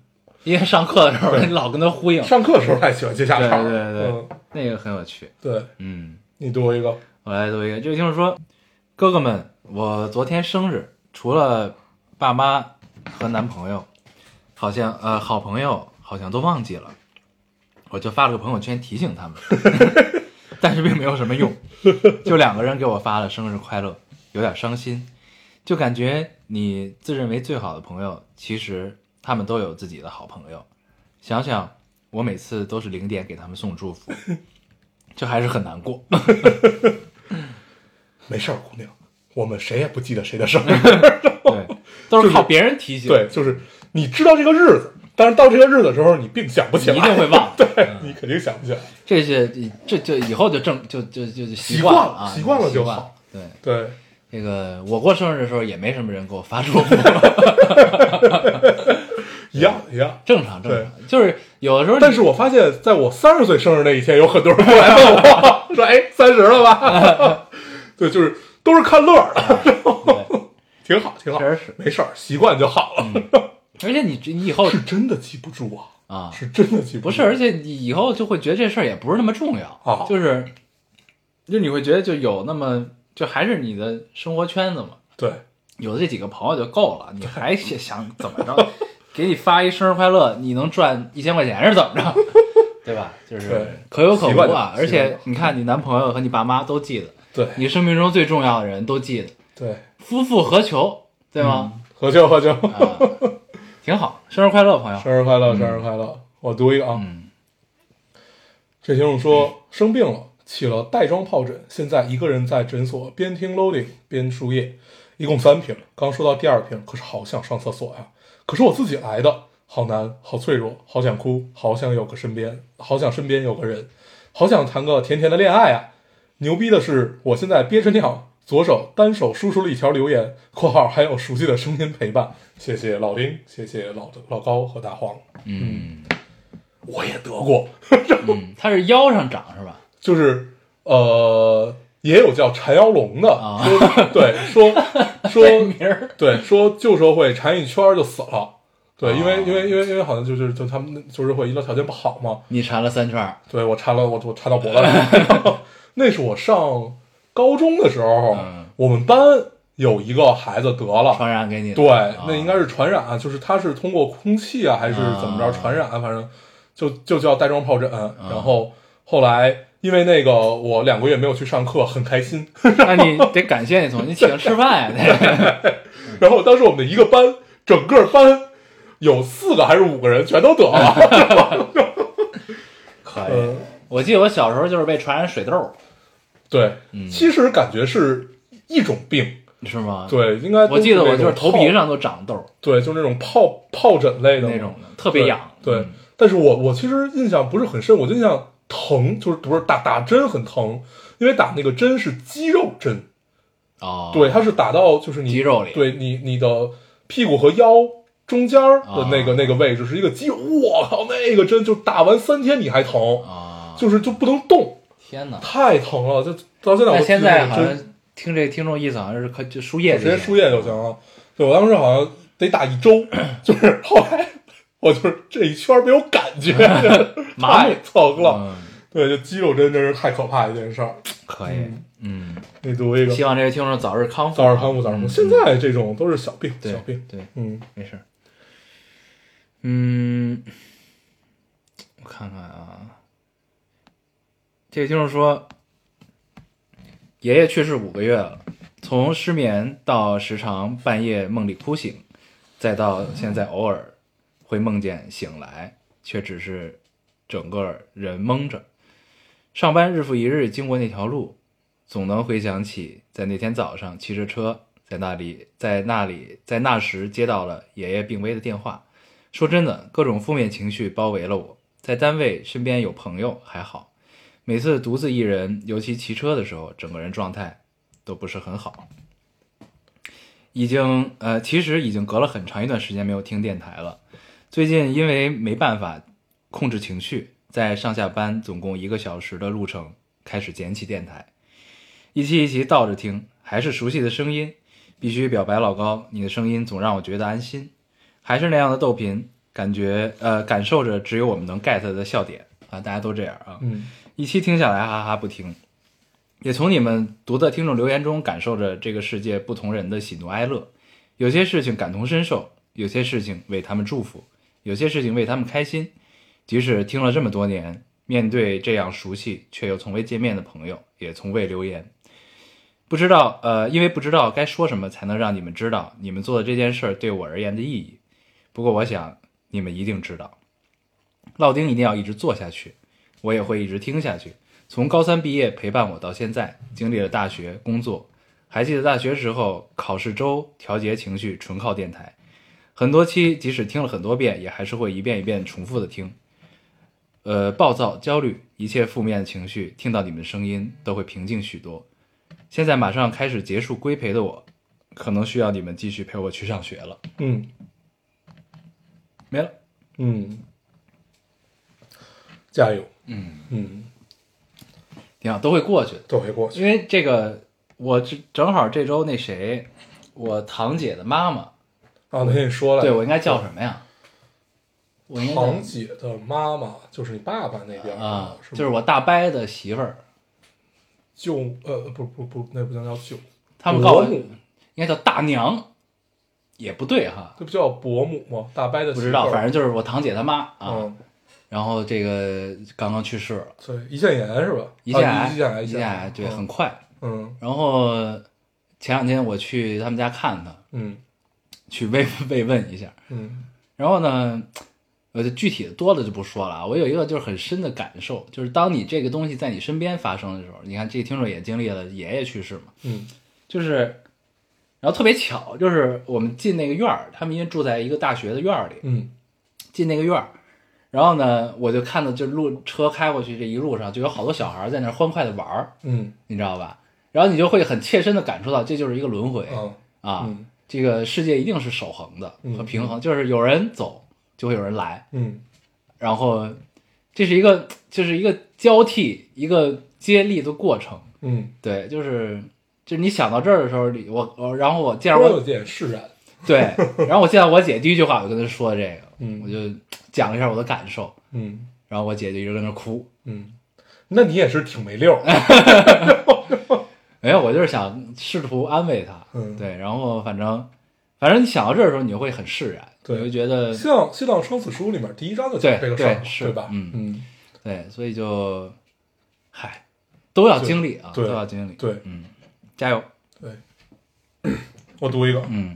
S2: 因为上课的时候你老跟他呼应，
S3: 上课的时候太喜欢接下
S2: 对
S3: 茬儿。
S2: 对对
S3: 嗯，
S2: 那个很有趣。
S3: 对，
S2: 嗯，
S3: 你读我一个。
S2: 我来读一个，这位听众说：“哥哥们，我昨天生日，除了爸妈和男朋友，好像呃好朋友好像都忘记了，我就发了个朋友圈提醒他们， 但是并没有什么用，就两个人给我发了生日快乐，有点伤心，就感觉你自认为最好的朋友，其实他们都有自己的好朋友，想想我每次都是零点给他们送祝福， 这还是很难过。”
S3: 没事儿，姑娘，我们谁也不记得谁 的生日。
S2: 对，都是
S3: 就是
S2: 靠别人提醒，
S3: 对，就是你知道这个日子，但是到这个日子的时候，你并想不起来，
S2: 你一定会忘
S3: 对 你肯定想不起来。
S2: 这是这就以后就正就就就就习
S3: 习惯
S2: 了
S3: 了
S2: 啊，
S3: 习惯了就
S2: 习惯
S3: 好。
S2: 对，
S3: 对，
S2: 这个我过生日的时候也没什么人给我发祝福，
S3: 一样一样。
S2: 正常正常，就是有的时候你，
S3: 但是我发现，在我三十岁生日那一天，有很多人过来问我， 说：“哎，三十 了吧？”对，就是都是看乐儿的，
S2: 对
S3: 挺好，挺好，
S2: 确实是
S3: 没事儿，习惯就好了。
S2: 而且你你以后
S3: 是真的记不住啊，
S2: 哦啊
S3: 是真的记
S2: 不
S3: 不住。
S2: 是，而且你以后就会觉得这事儿也不是那么重要，
S3: 啊
S2: 就是就你会觉得就有那么就还是你的生活圈子嘛，
S3: 对，
S2: 有这几个朋友就够了，你还想 想怎么着？给你发一生日快乐，你能赚一千块钱是怎么着？对吧？就是
S3: 对
S2: 可有可
S3: 习
S2: 无
S3: 惯
S2: 啊
S3: 了。
S2: 而
S3: 习惯
S2: 且
S3: 了
S2: 你看，你男朋友和你爸妈都记得，
S3: 对，
S2: 你生命中最重要的人都记得，
S3: 对，
S2: 夫复何求？对吗？
S3: 喝酒，喝酒，
S2: 啊，挺好，生日快乐，朋友。
S3: 生日快乐，生日快乐！我读一个啊，
S2: 嗯
S3: 这听众说生病了，起了带状疱疹，现在一个人在诊所边听 loading 边输液，一共三瓶，刚说到第二瓶，可是好想上厕所呀，可是我自己来的，好难，好脆弱，好想哭，好想有个身边，好想身边有个人，好想谈个甜甜的恋爱啊！牛逼的是，我现在憋着尿，左手单手输出了一条留言（括号还有熟悉的声音陪伴），谢谢老丁，谢谢老老高和大黄，
S2: 嗯
S3: 我也得过。
S2: 嗯，他是腰上长是吧？
S3: 就是呃，也有叫缠腰龙的，
S2: 啊
S3: 说对 说
S2: 这
S3: 说
S2: 名儿
S3: 对说旧社会缠一圈儿就死了，对，因
S2: 啊
S3: 为因为因为因为好像就是就他们旧社会医疗条件不好嘛，
S2: 你缠了三圈儿，
S3: 对我缠了我我 缠到脖子上，那是我上高中的时候
S2: 嗯，
S3: 我们班有一个孩子得了，
S2: 传染给你了。
S3: 对，
S2: 啊
S3: 那应该是传染，就是它是通过空气啊，还是怎么着传染，反正就就叫带状疱疹。
S2: 啊
S3: 然后后来因为那个我两个月没有去上课，很开心。
S2: 那你得感谢你同学，你请他吃饭 呀。
S3: 然后当时我们的一个班，整个班有四个还是五个人全都得了。
S2: 可以，
S3: 嗯，
S2: 我记得我小时候就是被传染水痘，
S3: 对，
S2: 嗯
S3: 其实感觉是一种病。
S2: 是吗？，
S3: 对，应该都
S2: 啊我记得我就是
S3: 那种
S2: 头皮
S3: 疱，
S2: 上都长痘
S3: 对，就是那种疱疱疹类的
S2: 那种的，特别痒。
S3: 对，对
S2: 嗯
S3: 但是我我其实印象不是很深，我就印象疼，就是不是打打针很疼，因为打那个针是肌肉针，
S2: 哦，
S3: 对，，它是打到就是你
S2: 肌肉里
S3: 对你你的屁股和腰。中间儿的那个、
S2: 啊
S3: 那个位置是一个肌肉，我靠，那个针就打完三天你还疼，
S2: 啊，
S3: 就是就不能动，
S2: 天哪！
S3: 太疼了，就到现在我
S2: 但
S3: 都
S2: 现
S3: 记得
S2: 在
S3: 那个
S2: 好像
S3: 针
S2: 听这听众意思，好像是可就输液
S3: 直接
S2: 这些，
S3: 输液就行了。对我当时好像得打一周， 就是后来我就是这一圈儿没有感 觉，
S2: 麻木
S3: 太疼了。
S2: 嗯，
S3: 对，就肌肉针真是太可怕一件事儿。
S2: 可以，嗯，
S3: 那读一个
S2: 希望这位听众早日康复，
S3: 早日康复，早日康复。
S2: 嗯
S3: 现在这种都是小病，
S2: 对
S3: 小病。
S2: 对，
S3: 嗯，
S2: 没事儿。嗯，我看看啊，这个听众说，爷爷去世五个月了，从失眠到时常半夜梦里哭醒，再到现在偶尔会梦见醒来，却只是整个人蒙着。上班日复一日经过那条路，总能回想起在那天早上骑着车在那里，在那里，在那时接到了爷爷病危的电话。说真的，各种负面情绪包围了我。在单位身边有朋友还好，每次独自一人，尤其骑车的时候，整个人状态都不是很好。已经呃，其实已经隔了很长一段时间没有听电台了。最近因为没办法控制情绪，在上下班总共一个小时的路程，开始捡起电台，一期一期倒着听，还是熟悉的声音，必须表白老高，你的声音总让我觉得安心，还是那样的逗贫，感觉呃感受着只有我们能 get 的笑点啊，大家都这样啊，
S3: 嗯，
S2: 一期听下来哈哈不停，也从你们读的听众留言中感受着这个世界不同人的喜怒哀乐，有些事情感同身受，有些事情为他们祝福，有些事情为他们开心，即使听了这么多年，面对这样熟悉却又从未见面的朋友，也从未留言。不知道，呃，因为不知道该说什么才能让你们知道你们做的这件事儿对我而言的意义。不过我想你们一定知道，烙丁一定要一直做下去，我也会一直听下去。从高三毕业陪伴我到现在，经历了大学、工作，还记得大学时候考试周调节情绪纯靠电台，很多期即使听了很多遍，也还是会一遍一遍重复的听。呃，暴躁、焦虑，一切负面的情绪，听到你们的声音都会平静许多。现在马上开始结束规培的我，可能需要你们继续陪我去上学了。
S3: 嗯，
S2: 没了，
S3: 嗯，加油。
S2: 嗯
S3: 嗯，
S2: 挺好，都会过去的。
S3: 都会过去。
S2: 因为这个，我正正好这周那谁，我堂姐的妈妈，
S3: 啊，那天你说了，
S2: 对我应该叫什么呀？我应该
S3: 堂
S2: 叫
S3: 姐的妈妈就是你爸爸那边
S2: 啊，
S3: 是
S2: 就是
S3: 吗
S2: 我大伯的媳妇儿，
S3: 舅呃不不不，那不能叫舅，
S2: 他们告我
S3: 伯母
S2: 应该叫大娘，也不对哈，
S3: 这不叫伯母吗？大伯的
S2: 不知道，反正
S3: 正
S2: 就是我堂姐她妈啊。
S3: 嗯，
S2: 然后这个刚刚去世了，
S3: 对，胰腺炎是吧？
S2: 胰腺
S3: 啊
S2: 癌，
S3: 胰腺癌，
S2: 胰
S3: 腺
S2: 腺癌，对，很快。
S3: 嗯
S2: 然后前两天我去他们家看她，
S3: 嗯
S2: 去慰慰问一下，
S3: 嗯
S2: 然后呢，我就具体的多了就不说了啊。我有一个就是很深的感受，就是当你这个东西在你身边发生的时候，你看这听众也经历了爷爷去世嘛，
S3: 嗯
S2: 就是，然后特别巧，就是我们进那个院儿，他们因为住在一个大学的院儿里，
S3: 嗯
S2: 进那个院儿，然后呢，我就看到就路车开过去这一路上就有好多小孩在那儿欢快的玩儿，
S3: 嗯
S2: 你知道吧？然后你就会很切身的感受到，这就是一个轮回
S3: 嗯
S2: 啊，
S3: 嗯
S2: 这个世界一定是守恒的
S3: 嗯
S2: 和平衡，就是有人走就会有人来，
S3: 嗯
S2: 然后这是一个就是一个交替一个接力的过程，
S3: 嗯，
S2: 对，就是就是你想到这儿的时候，你我我然后我见着
S3: 多有
S2: 我
S3: 点释然。
S2: 对，然后我见到我姐第一句话，我就跟她说这个，
S3: 嗯
S2: 我就讲了一下我的感受，
S3: 嗯
S2: 然后我姐就一直跟那哭，
S3: 嗯，那你也是挺没溜儿。
S2: 没有，我就是想试图安慰他，
S3: 嗯
S2: 对，然后反正反正你想到这儿的时候，你会很释然，
S3: 对
S2: 你会觉得
S3: 像《新浪生死书》里面第一章就讲
S2: 对
S3: 这个事儿嘛，
S2: 对是
S3: 对吧？
S2: 嗯
S3: 嗯，
S2: 对，所以就，嗨，都要
S3: 对
S2: 经历啊，
S3: 对
S2: 都要经历，
S3: 对
S2: 嗯，加油，
S3: 我读一个，
S2: 嗯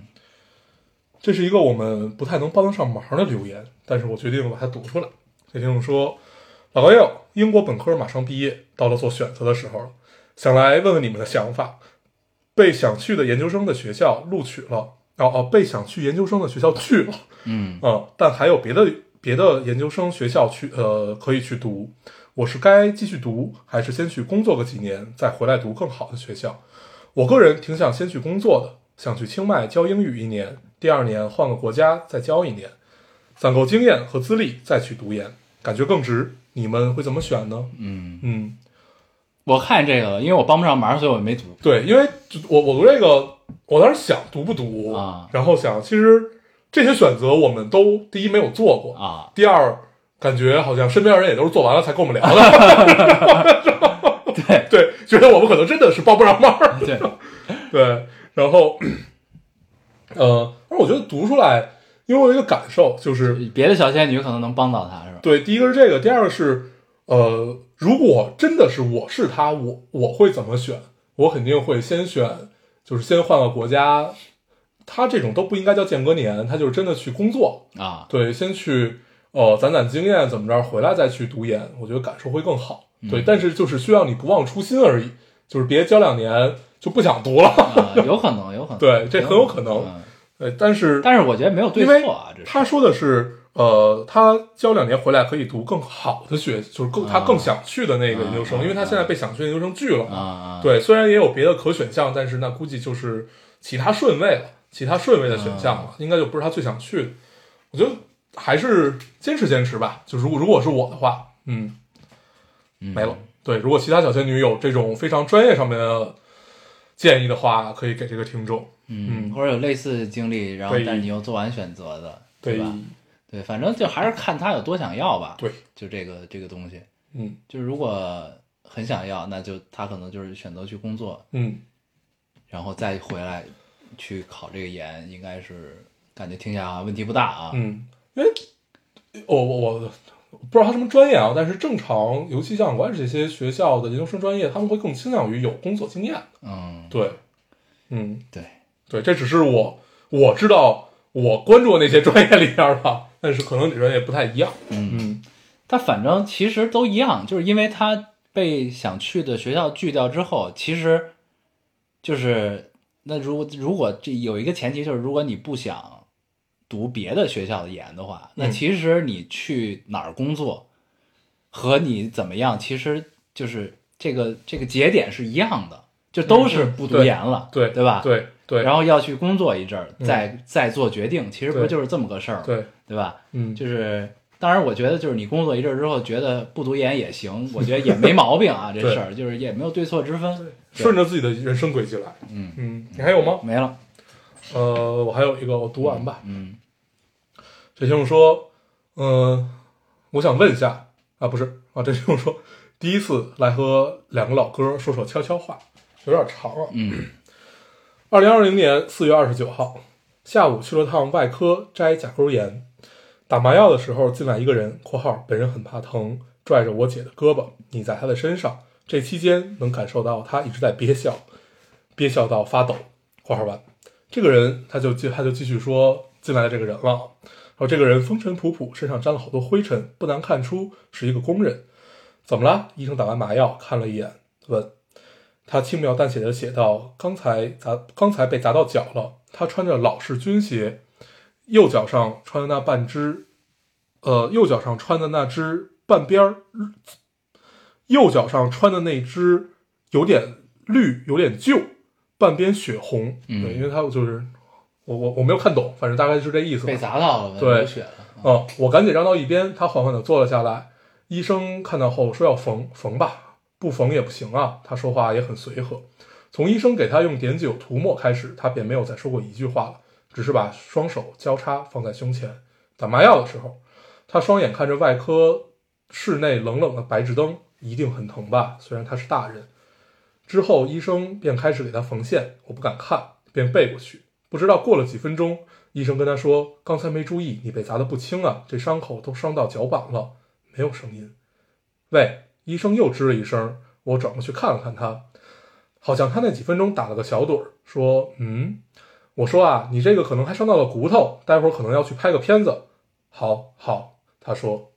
S3: 这是一个我们不太能帮得上忙的留言，但是我决定把它读出来。这听众说：“老高友，英国本科马上毕业，到了做选择的时候了，想来问问你们的想法。被想去的研究生的学校录取了，哦哦，被想去研究生的学校去了，
S2: 嗯
S3: 嗯，但还有别的别的研究生学校去呃可以去读。我是该继续读，还是先去工作个几年，再回来读更好的学校？我个人挺想先去工作的，想去清迈教英语一年，第二年换个国家再教一年，攒够经验和资历再去读研，感觉更值。你们会怎么选呢？
S2: 嗯，
S3: 嗯，
S2: 我看这个了，因为我帮不上忙，所以我没读，
S3: 对，因为就我我读这个，我当时想读不读
S2: 啊
S3: 然后想其实这些选择我们都第一没有做过
S2: 啊，
S3: 第二，感觉好像身边人也都是做完了才跟我们聊的。 对对，觉得我们可能真的是帮不上忙。
S2: 对，
S3: 对，然后， 呃，而我觉得读出来，因为我有一个感受，就是
S2: 别的小仙女可能能帮到他，是吧？
S3: 对，第一个是这个，第二个是，呃，如果真的是我是他，我我会怎么选？我肯定会先选，就是先换个国家。他这种都不应该叫间隔年，他就是真的去工作，
S2: 啊，
S3: 对，先去呃攒攒经验，怎么着，回来再去读研，我觉得感受会更好。
S2: 嗯
S3: 对，但是就是需要你不忘初心而已，就是别教两年就不想读了。
S2: 啊有可能，有可能，
S3: 对这很有可能
S2: 嗯
S3: 对，但是
S2: 但是我觉得没有对
S3: 因为
S2: 错啊，这是
S3: 他说的是，呃，他教两年回来可以读更好的学，就是更他更想去的那个研究生，
S2: 啊
S3: 因为他现在被想去的研究生拒了嘛。
S2: 啊，
S3: 对，虽然也有别的可选项，但是那估计就是其他顺位了，其他顺位的选项了，应该就不是他最想去的。我觉得还是坚持坚持吧。就如果如果是我的话，嗯，
S2: 嗯
S3: 没了。对，如果其他小仙女有这种非常专业上面的建议的话，可以给这个听众。
S2: 嗯，
S3: 嗯
S2: 或者有类似的经历，然后
S3: 对
S2: 但是你又做完选择的，
S3: 对
S2: 对吧？对，反正就还是看他有多想要吧。
S3: 对，
S2: 就这个这个东西，
S3: 嗯
S2: 就如果很想要，那就他可能就是选择去工作，
S3: 嗯，
S2: 然后再回来去考这个研，应该是感觉听起来好像问题不大啊。
S3: 嗯，因为我我我不知道他什么专业啊，但是正常，尤其像国外这些学校的研究生专业，他们会更倾向于有工作经验。
S2: 嗯，
S3: 对，嗯，
S2: 对，
S3: 对，这只是我我知道我关注的那些专业里边儿吧，但是可能里边也不太一样。
S2: 嗯
S3: 嗯
S2: 他反正其实都一样，就是因为他被想去的学校拒掉之后，其实就是那如如果这有一个前提就是，如果你不想读别的学校的研的话，那
S3: 嗯
S2: 其实你去哪儿工作和你怎么样，其实就是这个这个节点是一样的，就都是
S3: 嗯
S2: 不读
S3: 对
S2: 研了，
S3: 对
S2: 对吧？。
S3: 对对，
S2: 然
S3: 后
S2: 后要去工作一阵儿，
S3: 嗯
S2: 再再做决定，其实不
S3: 对
S2: 就是这么个事儿吗？
S3: 对，
S2: 对吧？
S3: 嗯，
S2: 就是，当然，我觉得就是你工作一阵儿之后，觉得不读研也 行，我觉得也没毛病啊，这
S3: 对
S2: 事儿就是也没有对错之分。
S3: 顺着自己的人生轨迹来。
S2: 嗯
S3: 嗯，你还有吗？
S2: 没了，
S3: 呃，我还有一个，我读完吧。
S2: 嗯
S3: 这听众说，嗯、我想问一下啊，不是啊，这听众说第一次来和两个老哥说说悄悄话，有点长啊。
S2: 嗯
S3: 二零二零年四月二十九号下午去了趟外科摘甲沟炎，打麻药的时候进来一个人（括号本人很怕疼），拽着我姐的胳膊，你在她的身上。这期间能感受到她一直在憋笑，憋笑到发抖。（括号完）这个人他就继他就继续说进来的这个人了，然后这个人风尘仆仆，身上沾了好多灰尘，不难看出是一个工人。怎么了？医生打完麻药看了一眼，问他轻描淡写的写道：“刚才砸，刚才被砸到脚了。他穿着老式军鞋，右脚上穿的那半只，呃，右脚上穿的那只半边儿，右脚上穿的那只有点绿，有点旧，半边血红。
S2: 嗯
S3: 对，因为他就是我我我没有看懂，反正大概是这意思吧。
S2: 被砸到了，
S3: 对
S2: 流血了。
S3: 嗯，我赶紧让到一边，他缓缓地坐了下来。医生看到后说要缝，缝吧，不缝也不行啊。他说话也很随和，从医生给他用碘酒涂抹开始，他便没有再说过一句话了，只是把双手交叉放在胸前。打麻药的时候，他双眼看着外科室内冷冷的白炽灯，一定很疼吧？虽然他是大人。之后医生便开始给他缝线，我不敢看，便背过去。不知道过了几分钟，医生跟他说：“刚才没注意，你被砸得不轻啊，这伤口都伤到脚板了。”没有声音。喂，医生又吱了一声，我转过去看了看他，好像他那几分钟打了个小盹儿，说：“嗯。”我说啊，你这个可能还伤到了骨头，待会儿可能要去拍个片子。好，好，他说。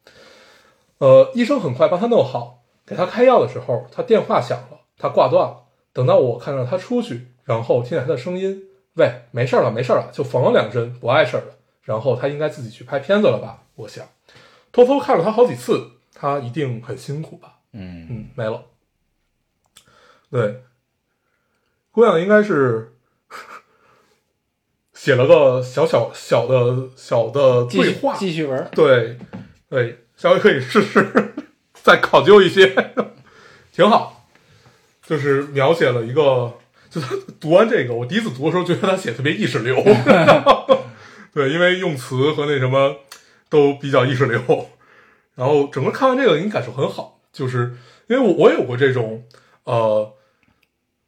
S3: 呃，医生很快帮他弄好，给他开药的时候，他电话响了，他挂断了。等到我看到他出去，然后听见他的声音，喂，没事儿了，没事儿了，就缝了两针，不碍事儿了。然后他应该自己去拍片子了吧？我想，偷偷看了他好几次，他一定很辛苦吧？
S2: 嗯，
S3: 嗯，没了。对，姑娘应该是写了个小小小的小的
S2: 继
S3: 对
S2: 续
S3: 话，
S2: 继续玩，
S3: 对，对，下回可以试试，再考究一些， 挺好。就是描写了一个，就他读完这个，我第一次读的时候觉得他写特别意识流，对，因为用词和那什么都比较意识流。然后整个看完这个，你感受很好，就是因为我我有过这种呃，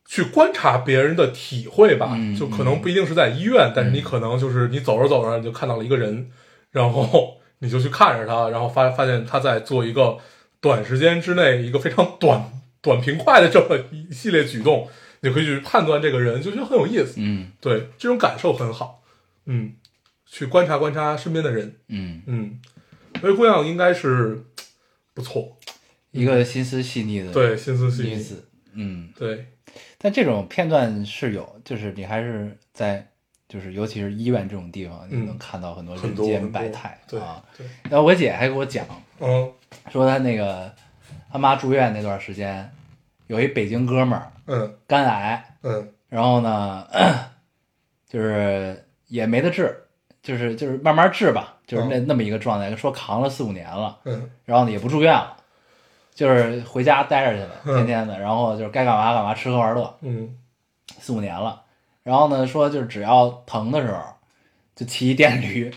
S3: 去观察别人的体会吧，
S2: 嗯
S3: 就可能不一定是在医院，但是你可能就是你走着走着你就看到了一个人，然后你就去看着他，然后发发现他在做一个短时间之内一个非常短短平快的这么一系列举动，你可以去判断这个人，就觉得很有意思。
S2: 嗯
S3: 对，这种感受很好。嗯，去观察观察身边的人。
S2: 嗯，
S3: 嗯，所以姑娘应该是不错，
S2: 一个心思细腻的
S3: 对，心思细
S2: 女
S3: 腻，
S2: 子，嗯，
S3: 对，
S2: 但这种片段是有，就是你还是在，就是尤其是医院这种地方，你
S3: 嗯
S2: 能看到很多
S3: 很
S2: 人
S3: 多
S2: 间
S3: 很多
S2: 百态
S3: 对
S2: 啊。
S3: 对，
S2: 然后我姐还给我讲，
S3: 嗯
S2: 说她那个她妈住院那段时间，有一北京哥们儿
S3: 嗯
S2: 肝癌，
S3: 嗯
S2: 然后呢，就是也没得治，就是就是慢慢治吧，就是那、那么一个状态，说扛了四五年了，
S3: 嗯
S2: 然后呢也不住院了，就是回家待着去了，
S3: 嗯
S2: 天天的，然后就是该干嘛干嘛，吃喝玩乐，
S3: 嗯
S2: 四五年了，然后呢说就是只要疼的时候，就骑一电驴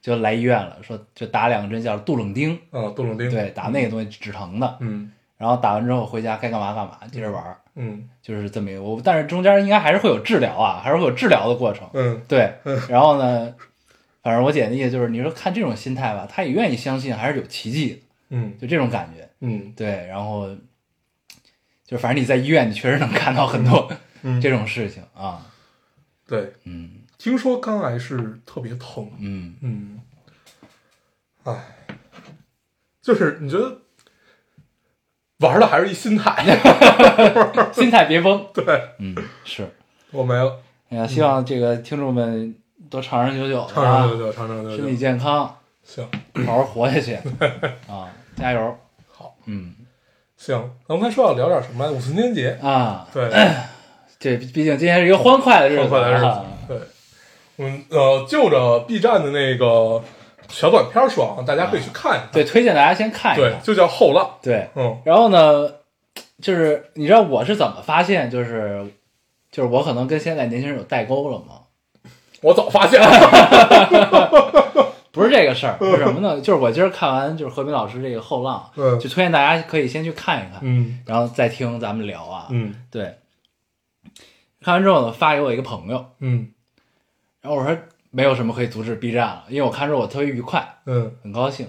S2: 就来医院了，说就打两针叫杜冷丁，
S3: 啊，杜冷丁，
S2: 对，打那个东西止疼的，
S3: 嗯
S2: 然后打完之后回家该干嘛干嘛，接着玩儿，
S3: 嗯
S2: 就是这么一个，我但是中间应该还是会有治疗啊，还是会有治疗的过程。
S3: 嗯
S2: 对，然后呢，反正我姐的意思就是，你说看这种心态吧，她也愿意相信还是有奇迹的，
S3: 嗯
S2: 就这种感觉。
S3: 嗯
S2: 对，然后就反正你在医院，你确实能看到很多
S3: 嗯，
S2: 这种事情啊。
S3: 对，
S2: 嗯
S3: 听说肝癌是特别疼，
S2: 嗯
S3: 嗯，哎，就是你觉得玩的还是一心态，
S2: 心态别崩。
S3: 对
S2: 嗯，是。
S3: 我没了，
S2: 哎呀，希
S3: 嗯
S2: 望这个听众们都长长久久
S3: 长长久
S2: 啊，
S3: 久，长长久
S2: 身体
S3: 久，
S2: 健康，
S3: 行。
S2: 好好活下 去啊，加油。
S3: 好，
S2: 嗯
S3: 行，咱们还说要聊点什么来？五四情人节，
S2: 啊，
S3: 对，
S2: 这毕竟今天是一个欢快的日子啊，
S3: 欢快的日子，对，我们呃，就着 B 站的那个小短片说啊，大家可以去看一看，
S2: 对，推荐大家先看一
S3: 对，
S2: 看。
S3: 就叫后浪，
S2: 对，
S3: 嗯
S2: 然后呢，就是你知道我是怎么发现，就是就是我可能跟现在年轻人有代沟了吗？
S3: 我早发现 了，
S2: 不是这个事儿，是什么呢？ 就是我今儿看完就是何冰老师这个《后浪》，
S3: 嗯
S2: 就推荐大家可以先去看一看，
S3: 嗯
S2: 然后再听咱们聊啊。
S3: 嗯
S2: 对，看完之后呢，发给我一个朋友，
S3: 嗯
S2: 然后我说没有什么可以阻止 B 站了，因为我看之后我特别愉快，
S3: 嗯
S2: 很高兴。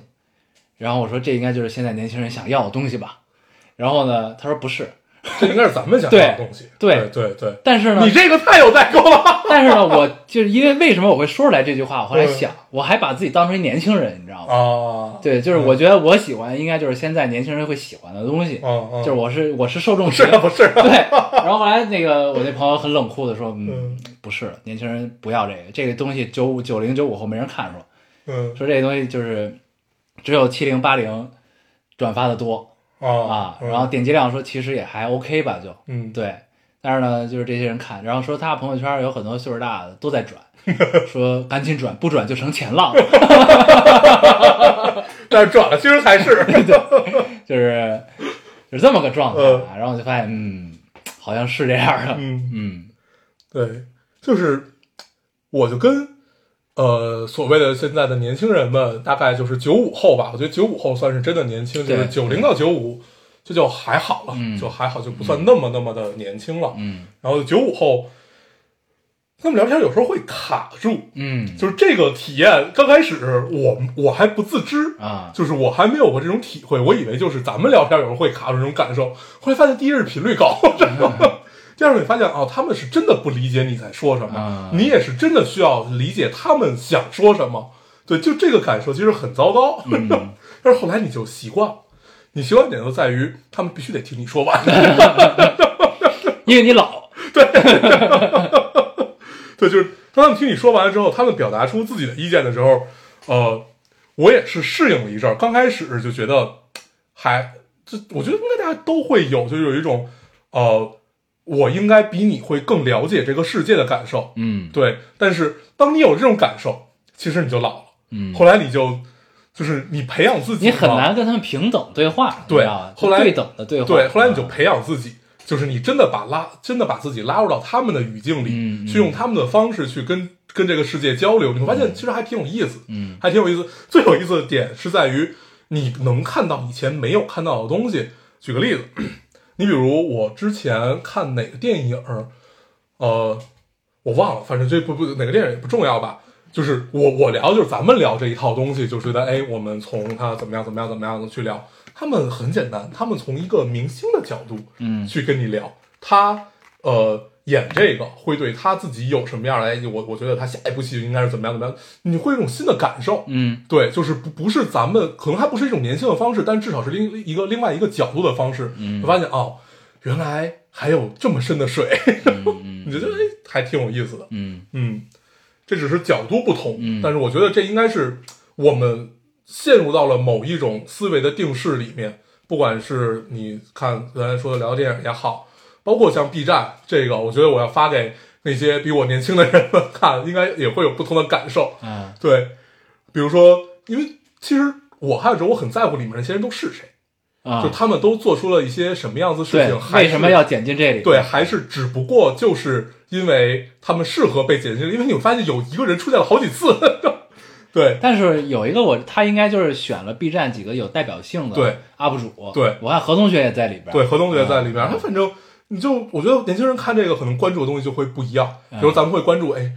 S2: 然后我说这应该就是现在年轻人想要的东西吧。然后呢，他说不是，
S3: 这应该是咱们想要的东西，
S2: 对
S3: 对对，
S2: 但是呢，
S3: 你这个太有代沟了，
S2: 但是呢，我就是因为为什么我会说出来这句话，我后来
S3: 嗯
S2: 想，我还把自己当成一年轻人，你知道吗？
S3: 啊，
S2: 对，就是我觉得我喜欢应该就是现在年轻人会喜欢的东西，
S3: 嗯嗯，
S2: 就是我是我是受众
S3: 是
S2: 群。
S3: 啊不是啊，
S2: 对，然后后来那个我那朋友很冷酷的说，嗯
S3: 嗯，
S2: 不是，年轻人不要这个，这个东西九五九零九五后没人看说，
S3: 嗯
S2: 说这个东西就是只有七零八零转发的多
S3: 啊
S2: 啊，然后点击量说其实也还 OK 吧，就
S3: 嗯
S2: 对，但是呢，就是这些人看，然后说他朋友圈有很多岁数大的都在 转，说赶紧转，不转就成前浪了。
S3: 但是转了，其实才是，
S2: 就是就是这么个状态、啊。然后我就发现，嗯，好像是这样的。
S3: 嗯。
S2: 嗯
S3: 对，就是我就跟呃所谓的现在的年轻人们，大概就是九五后吧，我觉得九五后算是真的年轻，就是
S2: 对
S3: 九零到九五，这就还好了，
S2: 嗯
S3: 就还好，就不算那么那么的年轻了。
S2: 嗯
S3: 然后九五后，他们聊天有时候会卡住，
S2: 嗯
S3: 就是这个体验刚开始我我还不自知，
S2: 啊，
S3: 就是我还没有过这种体会，我以为就是咱们聊天有时候会卡住这种感受，后来发现第一是频率高， 然后第二是你发现哦，他们是真的不理解你在说什么
S2: 啊，
S3: 你也是真的需要理解他们想说什么。对，就这个感受其实很糟糕， 但是后来你就习惯了，你习惯点就在于他们必须得听你说完，
S2: 因为你老，
S3: 对，就是当他们听你说完了之后，他们表达出自己的意见的时候，呃，我也是适应了一阵儿。刚开始就觉得还，这我觉得应该大家都会有，就是有一种，呃，我应该比你会更了解这个世界的感受。
S2: 嗯
S3: 对，但是当你有这种感受，其实你就老了。
S2: 嗯，
S3: 后来你就就是你培养自己，
S2: 你很难跟他们平等对话，
S3: 对
S2: 你知道吧
S3: 后来
S2: 对等的对话，
S3: 对，后来你就
S2: 啊
S3: 培养自己，就是你真的把拉，真的把自己拉入到他们的语境里，
S2: 嗯嗯
S3: 去用他们的方式去跟跟这个世界交流，你会发现其实还挺有意思，
S2: 嗯
S3: 还挺有意思。最有意思的点是在于你能看到以前没有看到的东西。举个例子， 你比如我之前看哪个电影儿，呃，我忘了，反正这不不哪个电影也不重要吧。就是我我聊就是咱们聊这一套东西，就觉得哎，我们从他怎么样怎么样怎么样的去聊。他们很简单，他们从一个明星的角度
S2: 嗯
S3: 去跟你聊，他呃演这个会对他自己有什么样的？哎，我我觉得他下一部戏应该是怎么样怎么样，你会有一种新的感受。
S2: 嗯
S3: 对，就是不不是咱们可能还不是一种年轻的方式，但至少是另一个另外一个角度的方式。
S2: 嗯
S3: 我发现哦，原来还有这么深的水，
S2: 嗯
S3: 你觉
S2: 嗯
S3: 得哎还挺有意思的。
S2: 嗯
S3: 嗯，这只是角度不同，
S2: 嗯
S3: 但是我觉得这应该是我们陷入到了某一种思维的定式里面，不管是你看刚才说的聊电影也好，包括像 B 站这个，我觉得我要发给那些比我年轻的人们看，应该也会有不同的感受。
S2: 啊
S3: 对，比如说，因为其实我看的时候，我很在乎里面那些人都是谁，
S2: 啊，
S3: 就他们都做出了一些什么样子事
S2: 对
S3: 情，还
S2: 为
S3: 是
S2: 什么要剪进这里？
S3: 对，还是只不过就是因为他们适合被解决，因为你会发现有一个人出现了好几次， 对
S2: 但是有一个我，他应该就是选了 B 站几个有代表性的
S3: 对
S2: UP 主，
S3: 对
S2: 我看何同学也在里边儿，
S3: 对，何同学在里边，
S2: 啊
S3: 他反正你就我觉得年轻人看这个可能关注的东西就会不一样，
S2: 嗯
S3: 比如咱们会关注哎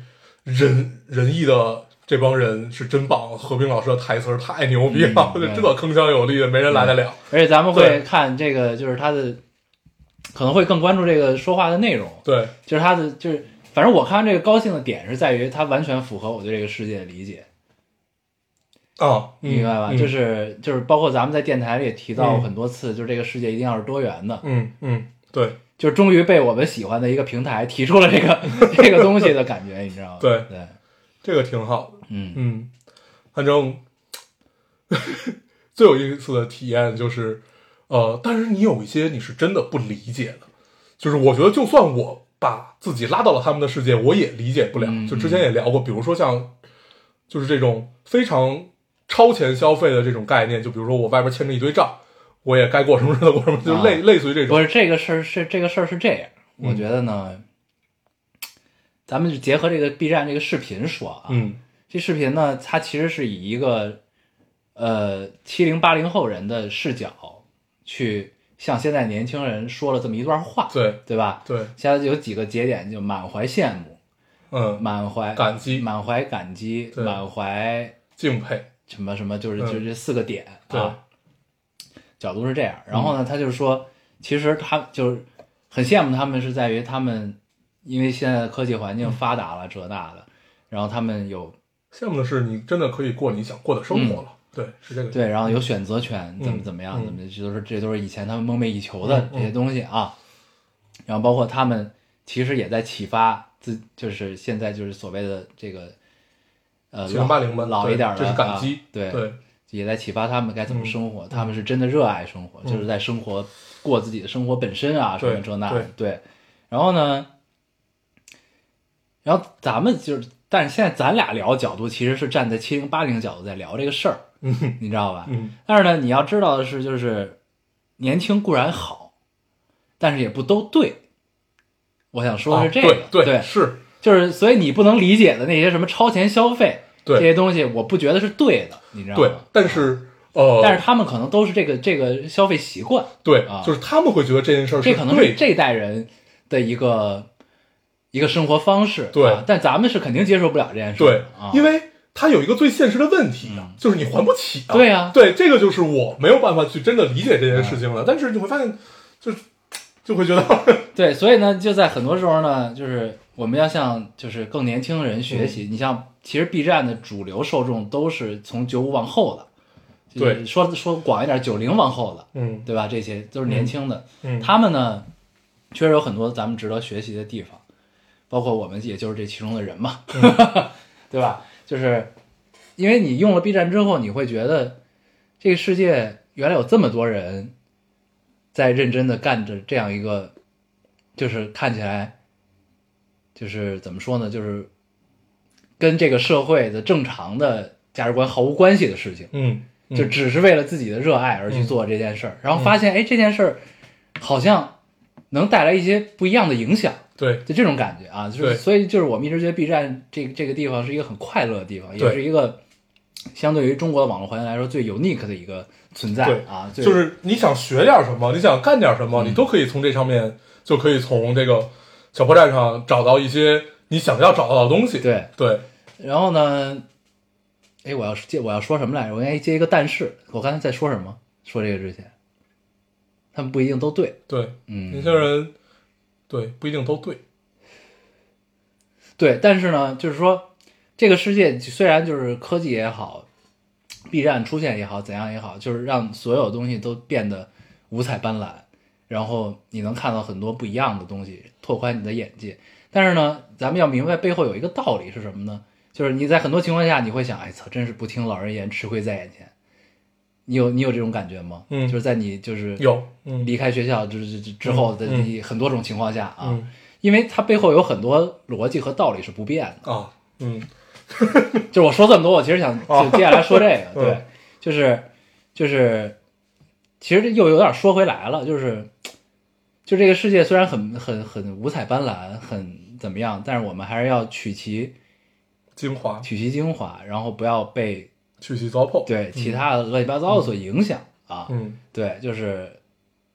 S3: 仁仁义的。这帮人是真棒，何冰老师的台词儿太牛逼了，
S2: 嗯
S3: 这铿锵有力的，没人来得了。
S2: 而且咱们
S3: 对
S2: 会看这个，就是他的可能会更关注这个说话的内容，
S3: 对，
S2: 就是他的就是，反正我看这个高兴的点是在于他完全符合我对这个世界的理解，
S3: 啊，嗯
S2: 明白吧？
S3: 嗯
S2: 就是就是包括咱们在电台里也提到
S3: 嗯
S2: 很多次，就是这个世界一定要是多元的，
S3: 嗯嗯，对
S2: 就是终于被我们喜欢的一个平台提出了这个 这个东西的感觉，你知道吗？
S3: 对
S2: 对，
S3: 这个挺好的。
S2: 嗯
S3: 嗯，反正 最有意思的体验就是，呃，但是你有一些你是真的不理解的，就是我觉得就算我把自己拉到了他们的世界，我也理解不了。
S2: 嗯
S3: 就之前也聊过，比如说像就是这种非常超前消费的这种概念，就比如说我外边欠着一堆账，我也该过什么日子过什么，
S2: 啊
S3: 就类、类似于这种嗯
S2: 不。是这个事儿是这个事儿是这样，我觉得呢，咱们就结合这个 B 站这个视频说啊，
S3: 嗯
S2: 这视频呢，它其实是以一个呃七零八零后人的视角去向现在年轻人说了这么一段话，
S3: 对
S2: 对吧？
S3: 对，
S2: 现在有几个节点就满怀羡慕，
S3: 嗯，
S2: 满怀
S3: 感激
S2: 满怀感激，
S3: 对
S2: 满怀
S3: 敬佩，
S2: 什么什么，就是
S3: 嗯
S2: 就是这四个点
S3: 对嗯
S2: 啊，角度是这样。然后呢，他就说，其实他就是很羡慕他们，是在于他们因为现在的科技环
S3: 嗯
S2: 境发达了，这那的，然后他们有
S3: 羡慕的是你真的可以过你想过的生活了。对，是这
S2: 嗯
S3: 个。
S2: 对，然后有选择权，怎么
S3: 嗯
S2: 怎么样，
S3: 嗯
S2: 怎么这都是这都是以前他们梦寐以求的
S3: 嗯
S2: 这些东西啊。然后包括他们其实也在启发自，就是现在就是所谓的这个呃
S3: 七
S2: 老
S3: 零八零吧，
S2: 老
S3: 对
S2: 一点儿的
S3: 这是感激
S2: 啊，对，
S3: 对，
S2: 也在启发他们该
S3: 嗯
S2: 怎么生活。他们是真的热爱生活，就是在生活过自己的生活本身啊，什
S3: 对
S2: 么这那的
S3: 对
S2: 对。然后呢，然后咱们就是，但是现在咱俩聊角度其实是站在七零八零角度在聊这个事儿，
S3: 嗯
S2: 你知道吧？
S3: 嗯，
S2: 但是呢，你要知道的是，就是年轻固然好，但是也不都对。我想哦说的是这个，
S3: 啊对是，
S2: 就是所以你不能理解的那些什么超前消费
S3: 对
S2: 这些东西，我不觉得是对的，你知道
S3: 对
S2: 吗？，
S3: 但是哦，
S2: 啊但是他们可能都是这个这个消费习惯，
S3: 对
S2: 啊，
S3: 就是他们会觉得这件事儿是
S2: 这可能
S3: 对
S2: 是
S3: 的
S2: 这代人的一个一个生活方式，
S3: 对
S2: 啊但咱们是肯定接受不了这件事
S3: 对
S2: 儿，啊，，
S3: 因为它有一个最现实的问题啊
S2: 嗯，
S3: 就是你还不起啊。
S2: 对啊嗯
S3: 对，这个就是我没有办法去真的理解这件事情了。但是你会发现，就是就会觉得，
S2: 对，所以呢，就在很多时候呢，就是我们要向就是更年轻的人学
S3: 嗯
S2: 习。你像，其实 B 站的主流受众都是从九五往后的，就是
S3: 对
S2: 说说广一点，九零往后的，
S3: 嗯
S2: 对吧？这些都是年轻的，
S3: 嗯，
S2: 他们呢，确实有很多咱们值得学习的地方，包括我们也就是这其中的人嘛， 对吧？就是因为你用了 B 站之后，你会觉得这个世界原来有这么多人在认真的干着这样一个，就是看起来就是怎么说呢，就是跟这个社会的正常的价值观毫无关系的事情。
S3: 嗯，嗯
S2: 就只是为了自己的热爱而去做这件事儿，然后发现哎这件事儿好像能带来一些不一样的影响，
S3: 对
S2: 就这种感觉啊，就
S3: 对
S2: 是所以就是我们一直觉得 B 站这这个地方是一个很快乐的地方，也
S3: 对
S2: 是一个相对于中国的网络环境来说最 unique 的一个存在
S3: 对
S2: 啊，最
S3: 就是你想学点什么，你想干点什么，
S2: 嗯
S3: 你都可以从这上面就可以从这个小破站上找到一些你想要找到的东西。
S2: 对，
S3: 对，
S2: 然后呢，哎我要接我要说什么来着？我应该接一个但是，我刚才在说什么？说这个之前，他们不一定都对，
S3: 对，
S2: 嗯，
S3: 年轻人，对，不一定都对。
S2: 对，但是呢，就是说，这个世界虽然就是科技也好，B 站出现也好，怎样也好，就是让所有东西都变得五彩斑斓，然后你能看到很多不一样的东西，拓宽你的眼界。但是呢，咱们要明白背后有一个道理是什么呢？就是你在很多情况下，你会想，哎操，真是不听老人言，吃亏在眼前。你有你有这种感觉吗？
S3: 嗯
S2: 就是在你就是
S3: 有，嗯，
S2: 离开学校之之之之后的
S3: 嗯
S2: 很多种情况下啊，
S3: 嗯
S2: 因为它背后有很多逻辑和道理是不变的。
S3: 啊，嗯
S2: 就是我说这么多，我其实想就接下来说这个，
S3: 哦 嗯
S2: 对，就是就是，其实又有点说回来了，就是就这个世界虽然很很很五彩斑斓，很怎么样，但是我们还是要取其
S3: 精华，
S2: 取其精华，然后不要被
S3: 去其糟粕。，
S2: 对其他的乱七八糟的所影响啊。
S3: 嗯，
S2: 对，就是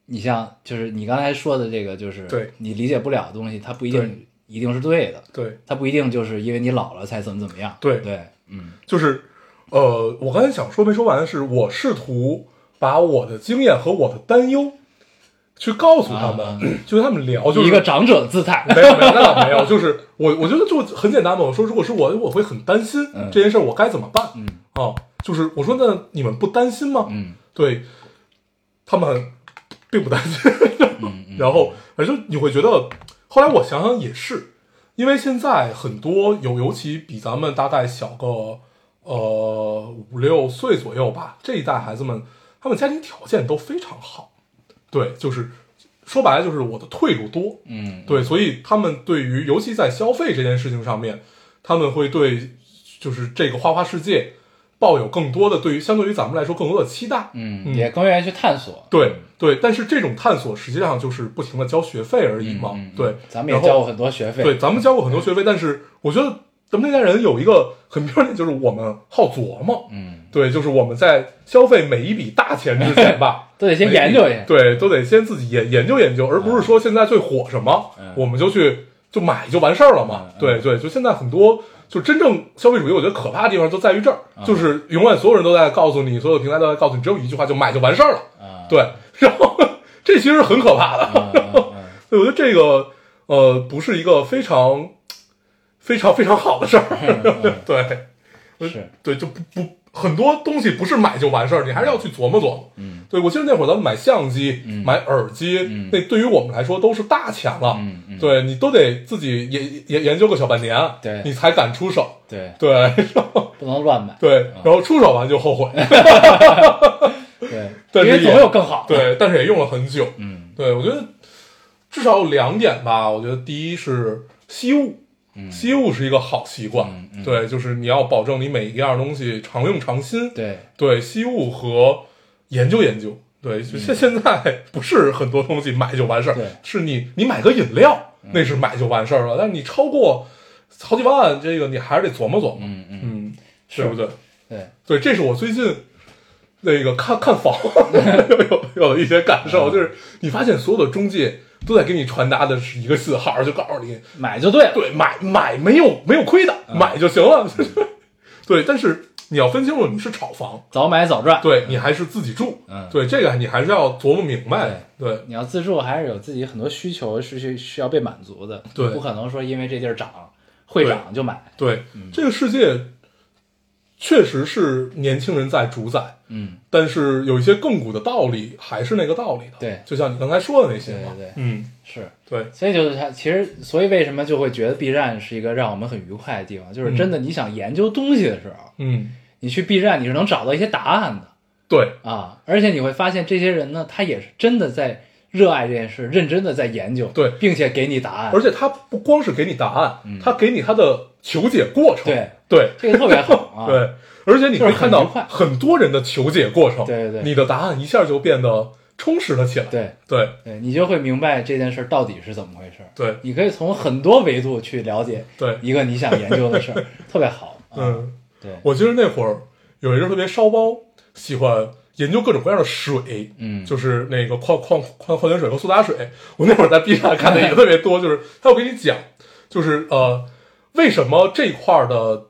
S2: 你像就是你刚才说的这个，就是
S3: 对
S2: 你理解不了的东西，它不一
S3: 对
S2: 定一定是对的，
S3: 对，
S2: 它不一定就是因为你老了才怎么怎么样。
S3: 对
S2: 对，嗯
S3: 就是，呃，我刚才想说没说完的是，我试图把我的经验和我的担忧去告诉他们，
S2: 啊
S3: 就跟他们聊，哦就是
S2: 一个长者的姿态。
S3: 没有没有那倒没有，就是我我觉得就很简单嘛。我说如果是我，我会很担心、
S2: 嗯
S3: 这件事，我该怎么办、
S2: 嗯
S3: 啊？就是我说那你们不担心吗？
S2: 嗯
S3: 对，他们并不担心。
S2: 嗯嗯，
S3: 然后反正你会觉得，后来我想想也是，因为现在很多有，尤其比咱们大概小个呃五六岁左右吧，这一代孩子们，他们家庭条件都非常好，对，就是说白了就是我的退路多，
S2: 嗯，
S3: 对，所以他们对于尤其在消费这件事情上面，他们会对就是这个花花世界抱有更多的对于相对于咱们来说更多的期待，
S2: 嗯，
S3: 嗯
S2: 也更愿意去探索。
S3: 对对，但是这种探索实际上就是不停的交学费而已
S2: 嗯，
S3: 嘛。
S2: 嗯嗯
S3: 对，
S2: 咱们也
S3: 然后
S2: 交过很多学费。嗯
S3: 对，咱们交过很多学费，但是我觉得咱们那代人有一个很妙点，就是我们好琢磨。
S2: 嗯，，
S3: 对，就是我们在消费每一笔大钱之前吧
S2: 都得先研究一下。
S3: 对，都得先自己研研究研究，而不是说现在最火什么，
S2: 嗯
S3: 我们就去就买就完事儿了
S2: 嗯
S3: 嘛。
S2: 嗯
S3: 对对，就现在很多就真正消费主义，我觉得可怕的地方就在于这儿，
S2: 嗯
S3: 就是永远所有人都在告诉你，所有的平台都在告诉你，只有一句话，就买就完事儿了。
S2: 啊，
S3: 对， 然后这其实是很可怕的。
S2: 嗯嗯嗯
S3: 对，我觉得这个呃不是一个非常非常非常好的事
S2: 嗯
S3: 儿。 对，
S2: 是，
S3: 对，就不不很多东西不是买就完事儿，你还是要去琢磨琢磨。
S2: 嗯，
S3: 对我记得那会儿咱们买相机、买耳机，
S2: 嗯
S3: 那对于我们来说都是大钱了。
S2: 嗯嗯
S3: 对你都得自己研研研究个小半年，
S2: 对
S3: 你才敢出手。
S2: 对，
S3: 对， 然后
S2: 不能乱买。
S3: 对，然后出手完就后悔。
S2: 对，
S3: 但
S2: 因
S3: 是
S2: 为总
S3: 也
S2: 有更好的。
S3: 对，但是也用了很久。
S2: 嗯
S3: 对，我觉得至少有两点吧。我觉得第一是惜物，
S2: 嗯，
S3: 惜物是一个好习惯。
S2: 嗯嗯
S3: 对，就是你要保证你每一样东西常用常新。
S2: 对
S3: 对，惜物和研究研究。对，就现现在不是很多东西买就完事儿
S2: 对，
S3: 是你你买个饮料那是买就完事儿了，但是你超过好几万，这个你还是得琢磨琢磨。
S2: 嗯嗯
S3: 嗯，对不对？
S2: 对，
S3: 对，这是我最近那个看看房有有有一些感受，就是你发现所有的中介都在给你传达的是一个信号，就告诉你，
S2: 买就对了。
S3: 对，买买没有没有亏的，买就行了。 对，但是你要分清楚，你是炒房，
S2: 早买早 赚。，
S3: 对你还是自己住，
S2: 嗯
S3: 对这个你还是要琢磨明白的。对，
S2: 你要自住还是有自己很多需求是需需要被满足的，
S3: 对
S2: 不可能说因为这地儿涨会涨就买。
S3: 对，
S2: 嗯
S3: 这个世界确实是年轻人在主宰，
S2: 嗯，
S3: 但是有一些亘古的道理还是那个道理的。
S2: 对
S3: 就像你刚才说的那些
S2: 对
S3: 嘛
S2: 对。对，
S3: 嗯，
S2: 是。
S3: 对，
S2: 所以就是它，其实所以为什么就会觉得 B 站是一个让我们很愉快的地方，就是真的你想研究东西的时候，
S3: 嗯，
S2: 你去 B 站你是能找到一些答案的
S3: 对，
S2: 啊，而且你会发现这些人呢，他也是真的在热爱这件事，认真的在研究，
S3: 对
S2: 并且给你答案，
S3: 而且他不光是给你答案，他给你他的求解过程。
S2: 嗯对
S3: 对
S2: 这个特 别好啊。
S3: 对，而且你
S2: 就是
S3: 会
S2: 很
S3: 看到
S2: 愉快
S3: 很多人的求解过程，
S2: 对对对
S3: 你的答案一下就变得充实了起来。
S2: 对
S3: 对
S2: 对，你就会明白这件事儿到底是怎么回事儿。
S3: 对
S2: 你可以从很多维度去了解
S3: 对，
S2: 一个你想研究的 事儿，特别好。啊，
S3: 嗯，
S2: 对，
S3: 我记得那会儿有一个特别烧包，喜欢研究各种各样的水，
S2: 嗯
S3: 就是那个矿矿矿矿泉水和苏打水。我那会儿在 B 站看的也特别多，就是他要给你讲，就是呃，为什么这块儿的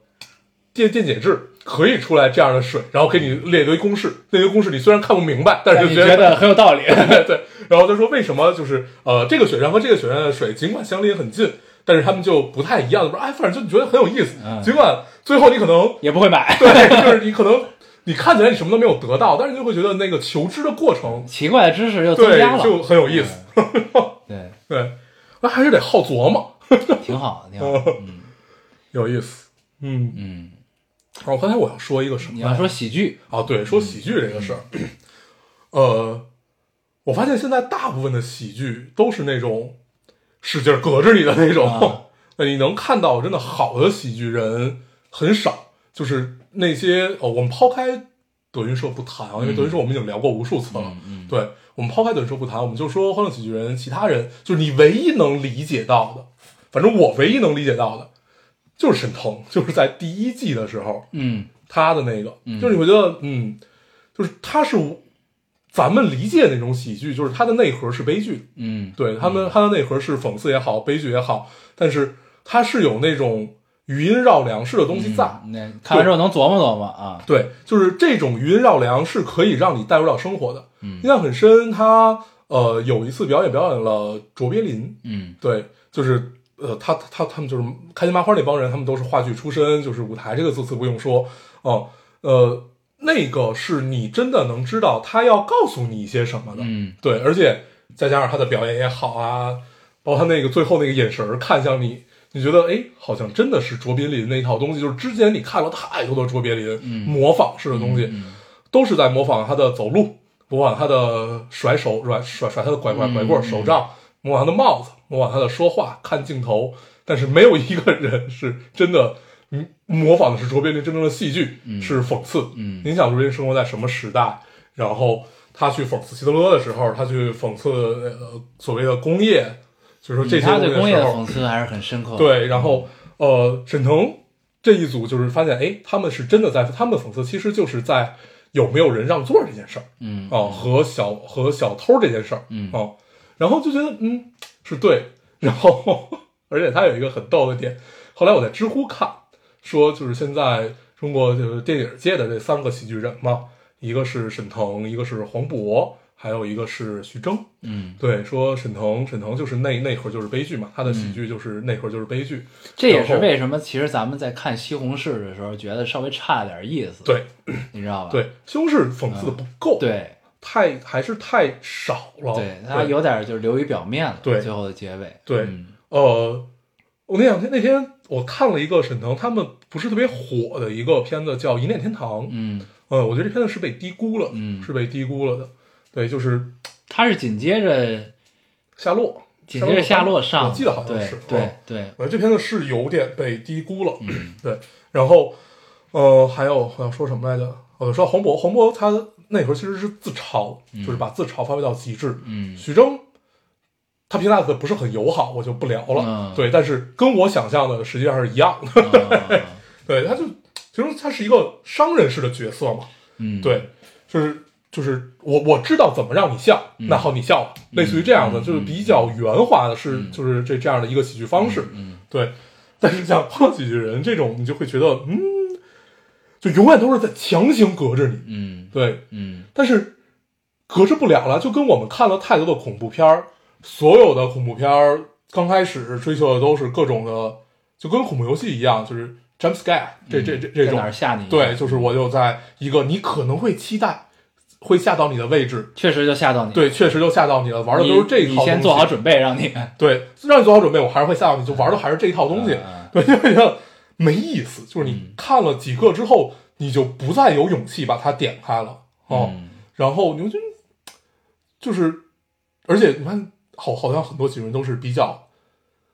S3: 电电解质可以出来这样的水，然后给你列一堆公式，那堆公式你虽然看不明白，但
S2: 但
S3: 是
S2: 你
S3: 就
S2: 觉得很有道理。
S3: 对对，然后他说为什么就是呃这个雪山和这个雪山的水尽管相邻很近，但是他们就不太一样，不是哎，反正就你觉得很有意思，
S2: 嗯
S3: 尽管最后你可能
S2: 也不会买，
S3: 对，就是你可能你看起来你什么都没有得到，但是你就会觉得那个求知的过程，
S2: 奇怪的知识又 增
S3: 对
S2: 加，了，嗯
S3: 就很有意思，
S2: 对，
S3: 对，那还是得好琢磨，
S2: 挺好的，挺好
S3: 哦
S2: 的。嗯
S3: 有意思，嗯，
S2: 嗯，
S3: 哦，刚才我要说一个什么
S2: 你
S3: 来着？
S2: 要说嗯喜剧，
S3: 啊，对，说喜剧这个事儿， 呃，我发现现在大部分的喜剧都是那种使劲儿隔着你的那
S2: 啊
S3: 种， 那、你能看到真的好的喜剧人很少，就是那些呃，我们抛开德云社不谈啊，因为德云社我们已经聊过无数次了，
S2: 嗯
S3: 对我们抛开德云社不谈，我们就说《欢乐喜剧人》，其他人就是你唯一能理解到的，反正我唯一能理解到的。就是沈腾，就是在第一季的时候，
S2: 嗯
S3: 他的那个，就是你会觉得，嗯，就是他是咱们理解那种喜剧，就是它的内核是悲剧，
S2: 嗯，
S3: 对他们，它的内核是讽刺也好，悲剧也好，但是它是有那种语音绕梁式的东
S2: 嗯
S3: 西在，
S2: 那看完之后能琢磨琢磨啊。
S3: 对，就是这种余音绕梁是可以让你带入到生活的。印象很深，他呃有一次表演表演了卓别林，
S2: 嗯
S3: 对，就是呃，他他他他们就是开心麻花那帮人，他们都是话剧出身，就是舞台这个字词不用说哦、呃，那个是你真的能知道他要告诉你一些什么的，
S2: 嗯
S3: 对，而且再加上他的表演也好啊，包括他那个最后那个眼神儿看向你，你觉得哎，好像真的是卓别林那一套东西，就是之前你看了太多的卓别林、模仿式的东西，都是在模仿他的走路，模仿他的甩手甩甩甩他的拐
S2: 嗯
S3: 拐拐棍儿手杖，模仿他的帽子，模仿他的说话，看镜头，但是没有一个人是真的。嗯模仿的是卓别林真正的戏剧，是讽刺。
S2: 嗯
S3: 你想卓别林生活在什么时代？然后他去讽刺希特勒的时候，他去讽刺呃所谓的工业，就是说这
S2: 嗯
S3: 些
S2: 他
S3: 东西
S2: 对
S3: 的
S2: 工业
S3: 时
S2: 的
S3: 候
S2: 讽刺还是很深刻。，
S3: 对，然后呃，沈腾这一组就是发现，哎，他们是真的在，他们的讽刺其实就是在有没有人让座这件事儿
S2: 嗯
S3: 啊、和小和小偷这件事儿，
S2: 嗯
S3: 哦、然后就觉得嗯是对，然后 而且他有一个很逗的点，后来我在知乎看说，就是现在中国就是电影界的这三个喜剧人嘛，一个是沈腾，一个是黄渤，还有一个是徐峥，
S2: 嗯，
S3: 对，说沈腾，沈腾就是内内核就是悲剧嘛，他的
S2: 嗯
S3: 喜剧就是、内核就是悲剧。
S2: 这也是为什么其实咱们在看西红柿的时候觉得稍微差点意思，，
S3: 对
S2: 你知道吧？嗯
S3: 对，西红柿讽刺的不够，，
S2: 对
S3: 太还是太少了。
S2: 对，它
S3: 他
S2: 有点就是流于表面了。
S3: 哦对
S2: 最后的结尾。
S3: 对
S2: 嗯
S3: 呃，我那两天那天我看了一个沈腾他们不是特别火的一个片子叫《一念天堂》，嗯、
S2: 嗯，
S3: 我觉得这片子是被低估了，
S2: 嗯
S3: 是被低估了的。对，就是
S2: 它是紧接着
S3: 夏洛，
S2: 紧接着夏洛上的，
S3: 我记得好像
S2: 对
S3: 是
S2: 对嗯
S3: 嗯
S2: 对，
S3: 我觉得这片子是有点被低估了，对。然后，呃，还有我要说什么来着？我说黄渤，黄渤他那会儿其实是自嘲，就是把自嘲发挥到极致。
S2: 嗯
S3: 徐峥，他评价的不是很友好，我就不聊了。
S2: 嗯
S3: 对，但是跟我想象的实际上是一样的。
S2: 啊
S3: 对，他就其实他是一个商人式的角色嘛。
S2: 嗯，
S3: 对，就是就是我我知道怎么让你笑，
S2: 嗯
S3: 那好你笑吧，类似于这样的，就是比较圆滑的是，
S2: 嗯
S3: 就是这这样的一个喜剧方式，对。但是像胖喜剧人这种，你就会觉得，嗯，就永远都是在强行隔着你，
S2: 嗯
S3: 对，
S2: 嗯
S3: 但是隔着不了了，就跟我们看了太多的恐怖片儿，所有的恐怖片儿刚开始追求的都是各种的，就跟恐怖游戏一样，就是 jump scare 这这这这
S2: 在
S3: 种
S2: 哪儿吓你一下
S3: 对，就是我就在一个你可能会期待会吓到你的位置，
S2: 确实就吓到你，
S3: 对，确实就吓到你了，玩的
S2: 嗯你，
S3: 都是这一套
S2: 你
S3: 东西。
S2: 先做好准备，让 你啊
S3: 对，让你做好准备，我还是会吓到你，就玩的还是这一套东西，
S2: 嗯
S3: 对，就觉得没意思。就是你看了几个之后，你就不再有勇气把它点开了哦。
S2: 嗯
S3: 然后你就觉得就是，而且你看，好，好像很多几个人都是比较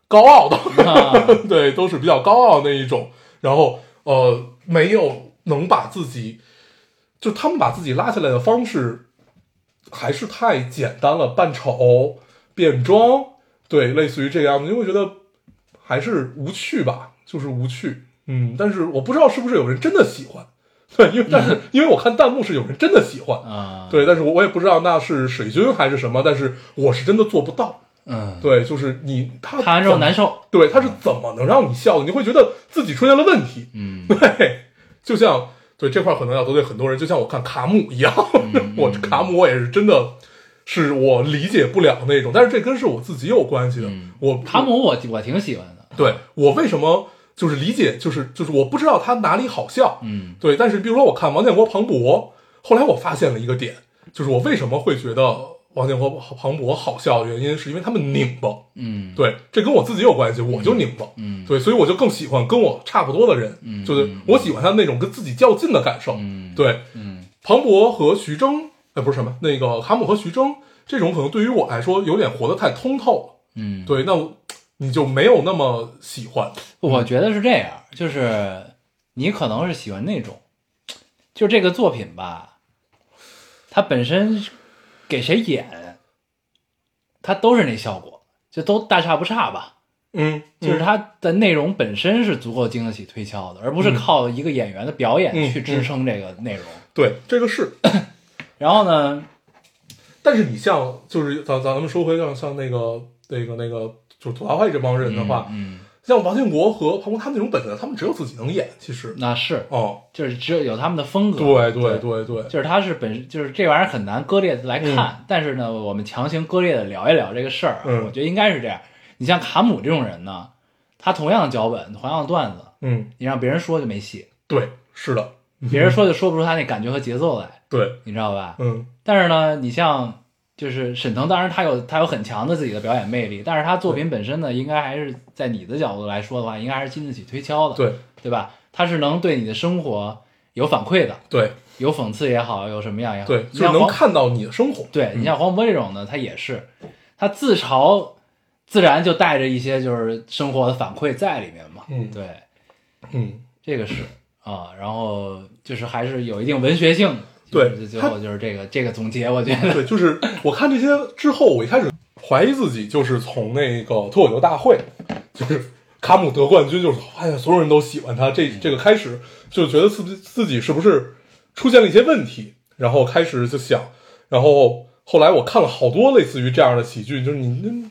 S3: 高傲的，
S2: 啊
S3: 对，都是比较高傲那一种。然后呃，没有能把自己，就他们把自己拉下来的方式，还是太简单了，扮丑、变装，对，类似于这个样子，你会觉得还是无趣吧，就是无趣。嗯，但是我不知道是不是有人真的喜欢，对，因为但是因为我看弹幕是有人真的喜欢，
S2: 啊，
S3: 对，但是我我也不知道那是水军还是什么，但是我是真的做不到。
S2: 嗯，
S3: 对，就是你他
S2: 看完之
S3: 怎
S2: 后
S3: 么
S2: 难受，
S3: 对，他是怎么能让你笑的？你会觉得自己出现了问题。
S2: 嗯
S3: 对，就像对这块可能要得罪很多人，就像我看卡姆一样， 我卡姆我也是真的是我理解不了那种，但是这跟是我自己有关系的。我
S2: 卡姆我我挺喜欢的，
S3: 对我为什么就是理解就是就是我不知道他哪里好笑，
S2: 嗯
S3: 对，但是比如说我看王建国、庞博，后来我发现了一个点，就是我为什么会觉得王建国、庞博好笑的原因，是因为他们拧巴。
S2: 嗯，
S3: 对，这跟我自己有关系，我就拧巴，
S2: 嗯
S3: 对，所以我就更喜欢跟我差不多的人，
S2: 嗯
S3: 就是我喜欢他那种跟自己较劲的感受，
S2: 嗯
S3: 对，
S2: 嗯
S3: 庞博和徐峥，哎，不是什么，那个卡姆和徐峥这种，可能对于我来说有点活得太通透了，
S2: 嗯，
S3: 对，那我你就没有那么喜欢，
S2: 我觉得是这样，就是你可能是喜欢那种，就这个作品吧，它本身给谁演，它都是那效果，就都大差不差吧。
S3: 嗯，
S2: 就是
S3: 嗯
S2: 它的内容本身是足够经得起推敲的，而不是靠一个演员的表
S3: 嗯
S2: 演去支撑这个内容。
S3: 对，这个是，
S2: 然后呢，
S3: 但是你像就是咱咱们说回像像那个那个那个就吐槽会这帮人的话，
S2: 嗯，
S3: 像王建国和庞博他们那种本子，他们只有自己能演，其实，
S2: 那是
S3: 哦、
S2: 就是只有有他们的风格，
S3: 对对对对，
S2: 就是它是本就是这玩意儿很难割裂的来看，但是呢，我们强行割裂的聊一聊这个事儿啊、
S3: 嗯
S2: 我觉得应该是这样。你像卡姆这种人呢，他同样的脚本，同样的段子，
S3: 嗯，
S2: 你让别人说就没戏，
S3: 对，是的，
S2: 别人说就说不出他那感觉和节奏来，
S3: 对，
S2: 你知道吧？
S3: 嗯
S2: 但是呢，你像就是沈腾，当然他有他有很强的自己的表演魅力，但是他作品本身呢，应该还是在你的角度来说的话，应该还是经得起推敲的，，
S3: 对
S2: 对吧？他是能对你的生活有反馈的，
S3: 对
S2: 有讽刺也好，有什么样也好，
S3: 对，
S2: 你
S3: 就是
S2: 像
S3: 能
S2: 黄
S3: 看到你的生活，
S2: 对你像黄渤这种呢，他也是，他自嘲自然就带着一些就是生活的反馈在里面嘛。
S3: 嗯
S2: 对，
S3: 嗯，
S2: 这个是啊，然后就是还是有一定文学性的。
S3: 对
S2: 就是最
S3: 他
S2: 后就是这个这个总结，我觉得
S3: 对，就是我看这些之后，我一开始怀疑自己，就是从那个脱口秀大会，就是卡姆得冠军，就是发现所有人都喜欢他，这这个开始就觉得自己自己是不是出现了一些问题，然后开始就想，然后后来我看了好多类似于这样的喜剧，就是你那。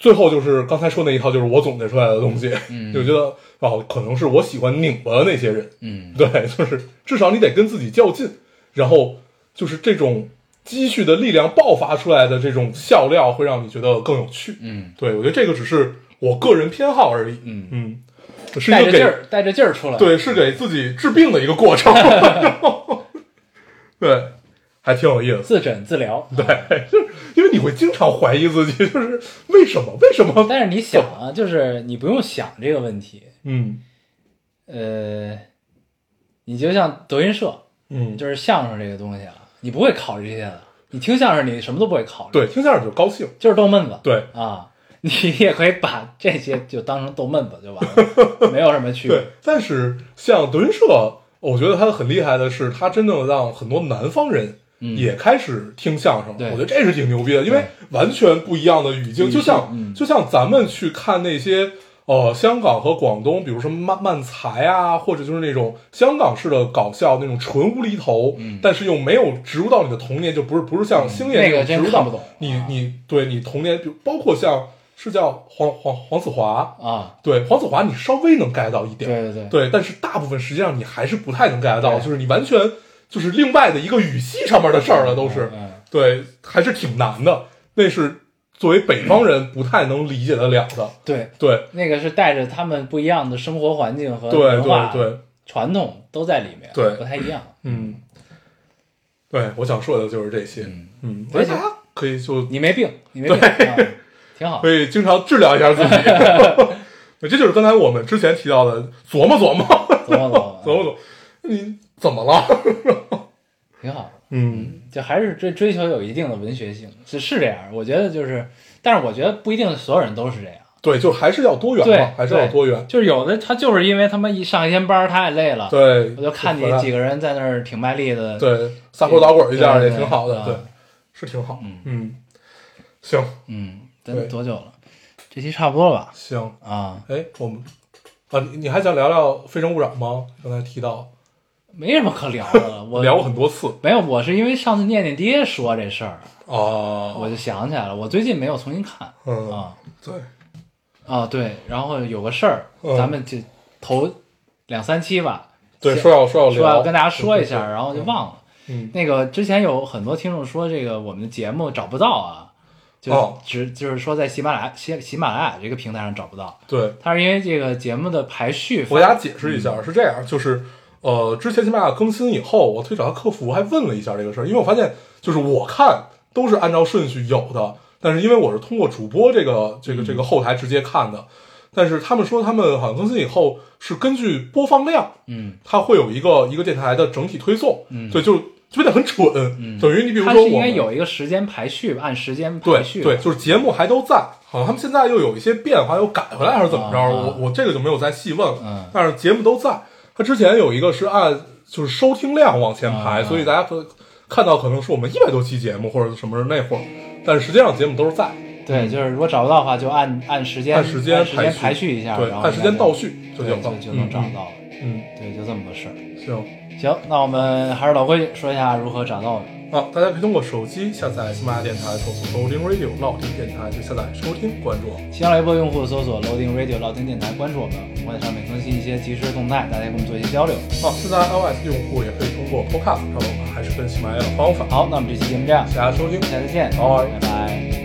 S3: 最后就是刚才说那一套，就是我总结出来的东西，就觉得哦，可能是我喜欢拧巴的那些人，
S2: 嗯
S3: 对，就是至少你得跟自己较劲，然后就是这种积蓄的力量爆发出来的这种笑料，会让你觉得更有趣。
S2: 嗯
S3: 对我觉得这个只是我个人偏好而已。
S2: 嗯，
S3: 嗯，是
S2: 带
S3: 一
S2: 着
S3: 个
S2: 劲
S3: 给
S2: 儿带着劲儿出来。
S3: 对，是给自己治病的一个过程。 然后对，还挺有意思。
S2: 自诊自疗。对，
S3: 对， 就是因为你会经常怀疑自己，就是为什么？为什么？
S2: 但是你想啊，就是你不用想这个问题，
S3: 嗯
S2: 呃，你就像德云社，
S3: 嗯，
S2: 就是相声这个东西啊，你不会考虑这些的。你听相声，你什么都不会考虑。
S3: 对，听相声就高兴。
S2: 就是逗闷子。
S3: 对
S2: 啊， 你也可以把这些就当成逗闷子就完 了，没有什么区
S3: 对
S2: 别。，
S3: 但是像德云社，我觉得他很厉害的是，他真正让很多南方人
S2: 嗯
S3: 也开始听相声了。
S2: 对
S3: 我觉得这是挺牛逼的，因为完全不一样的语境，
S2: 语
S3: 就
S2: 境
S3: 像、
S2: 嗯
S3: 就像咱们去看那些呃，香港和广东，比如说漫漫才啊，或者就是那种香港式的搞笑，那种纯无厘头，但是又没有植入到你的童年，就不是不是像星爷
S2: 嗯那个
S3: 种植
S2: 真
S3: 入
S2: 看
S3: 到
S2: 不懂啊
S3: 你你对你童年，比如包括像是叫黄黄黄子华，
S2: 啊，
S3: 对黄子华，你稍微能 get 到一点，
S2: 对对对，
S3: 对，但是大部分实际上你还是不太能 get 到，
S2: 对
S3: 就是你完全就是另外的一个语系上面的事儿了，都是
S2: 嗯
S3: 对，还是挺难的。那是作为北方人不太能理解得了的，
S2: 对，
S3: 对，
S2: 那个是带着他们不一样的生活环境和
S3: 对，
S2: 文化
S3: 对，对，
S2: 传统都在里面，
S3: 对
S2: 不太一 样。
S3: 嗯，对，我想说的就是这些，
S2: 嗯
S3: 嗯，
S2: 而
S3: 大
S2: 且
S3: 家可以就
S2: 你没病，你没病，啊挺好
S3: 可。以经常治疗一下自己。 这就是刚才我们之前提到的，琢磨琢磨，
S2: 琢磨琢磨，
S3: 琢磨琢磨，你怎么了？
S2: 挺好。
S3: 嗯，
S2: 就还是追追求有一定的文学性，是是这样。我觉得就是，但是我觉得不一定所有人都是这样。
S3: 对，就还是要多元
S2: 对
S3: 嘛，，还是要
S2: 对
S3: 多元。
S2: 就是有的他就是因为他妈一上一天班儿太累了，
S3: 对，
S2: 我就看
S3: 回
S2: 你
S3: 来
S2: 几个人在那儿挺卖力的，
S3: 对，撒泼打滚一下
S2: 对
S3: 也
S2: 对
S3: 挺好的，
S2: 啊
S3: 对，是挺好
S2: 嗯。
S3: 嗯，行
S2: 嗯，咱
S3: 对
S2: 多久了？这期差不多了吧？
S3: 行，
S2: 啊，
S3: 哎，我们啊，你你还想聊聊《非诚勿扰》吗？刚才提到
S2: 没什么可聊的 了。我
S3: 聊过很多次
S2: 没有，我是因为上次念念爹说这事儿，
S3: 啊，
S2: 我就想起来了。我最近没有重新看
S3: 嗯，
S2: 啊
S3: 对，
S2: 啊，对，然后有个事儿，
S3: 嗯
S2: 咱们就头两三期吧，
S3: 对，
S2: 行
S3: 说要说要
S2: 说要
S3: 聊，
S2: 跟大家说一
S3: 对
S2: 下，
S3: 对
S2: 然后就忘了。
S3: 嗯，
S2: 那个之前有很多听众说，这个我们的节目找不到啊，就
S3: 哦
S2: 只、就是说在喜马拉雅喜喜马拉雅这个平台上找不到，
S3: 对，
S2: 它是因为这个节目的排序发
S3: 我给大家解释
S2: 嗯
S3: 一下，是这样，就是呃，之前喜马拉雅更新以后，我推找他客服还问了一下这个事儿，因为我发现就是我看都是按照顺序有的，但是因为我是通过主播这个这
S2: 嗯
S3: 个这个后台直接看的，但是他们说他们好像更新以后是根据播放量，
S2: 嗯，
S3: 它会有一个一个电台的整体推送，
S2: 嗯
S3: 对，就就变得很蠢，等于你比如
S2: 它
S3: 说
S2: 是
S3: 我
S2: 应该
S3: 们。
S2: 有一个时间排序，按时间排
S3: 对
S2: 序
S3: 对，就是节目还都在，好像他们现在又有一些变化，又改回来还是怎么着？
S2: 啊
S3: 我我这个就没有再细问了。
S2: 嗯
S3: 但是节目都在。他之前有一个是按就是收听量往前排，
S2: 啊
S3: 所以大家可看到可能是我们一百多期节目或者什么那会儿，但是实际上节目都是在
S2: 对，就是如果找不到的话，就按按时间
S3: 按时间
S2: 按时间
S3: 序
S2: 排序一下，
S3: 对，
S2: 然后
S3: 按时间倒序就
S2: 对
S3: 行
S2: 就就
S3: 了，
S2: 能找到了。
S3: 嗯。
S2: 对，就这么个事儿。
S3: 嗯，行
S2: 行，那我们还是老规矩，说一下如何找到我们。
S3: 啊，大家可以通过手机下载喜马拉雅电台，搜索 Loading Radio 老听电台，就下载收听关注我们。
S2: 新浪微博用户搜索 Loading Radio 老听电台，关注我们，我们会在上面更新一些即时动态，大家跟我们做一些交流。
S3: 啊，现在 iOS 用户也可以通过 Podcast 找到我们，还是跟喜马拉雅的方法。
S2: 好，那我们这期节目这样，
S3: 大家收听，
S2: 下次见，
S3: 好
S2: 拜拜。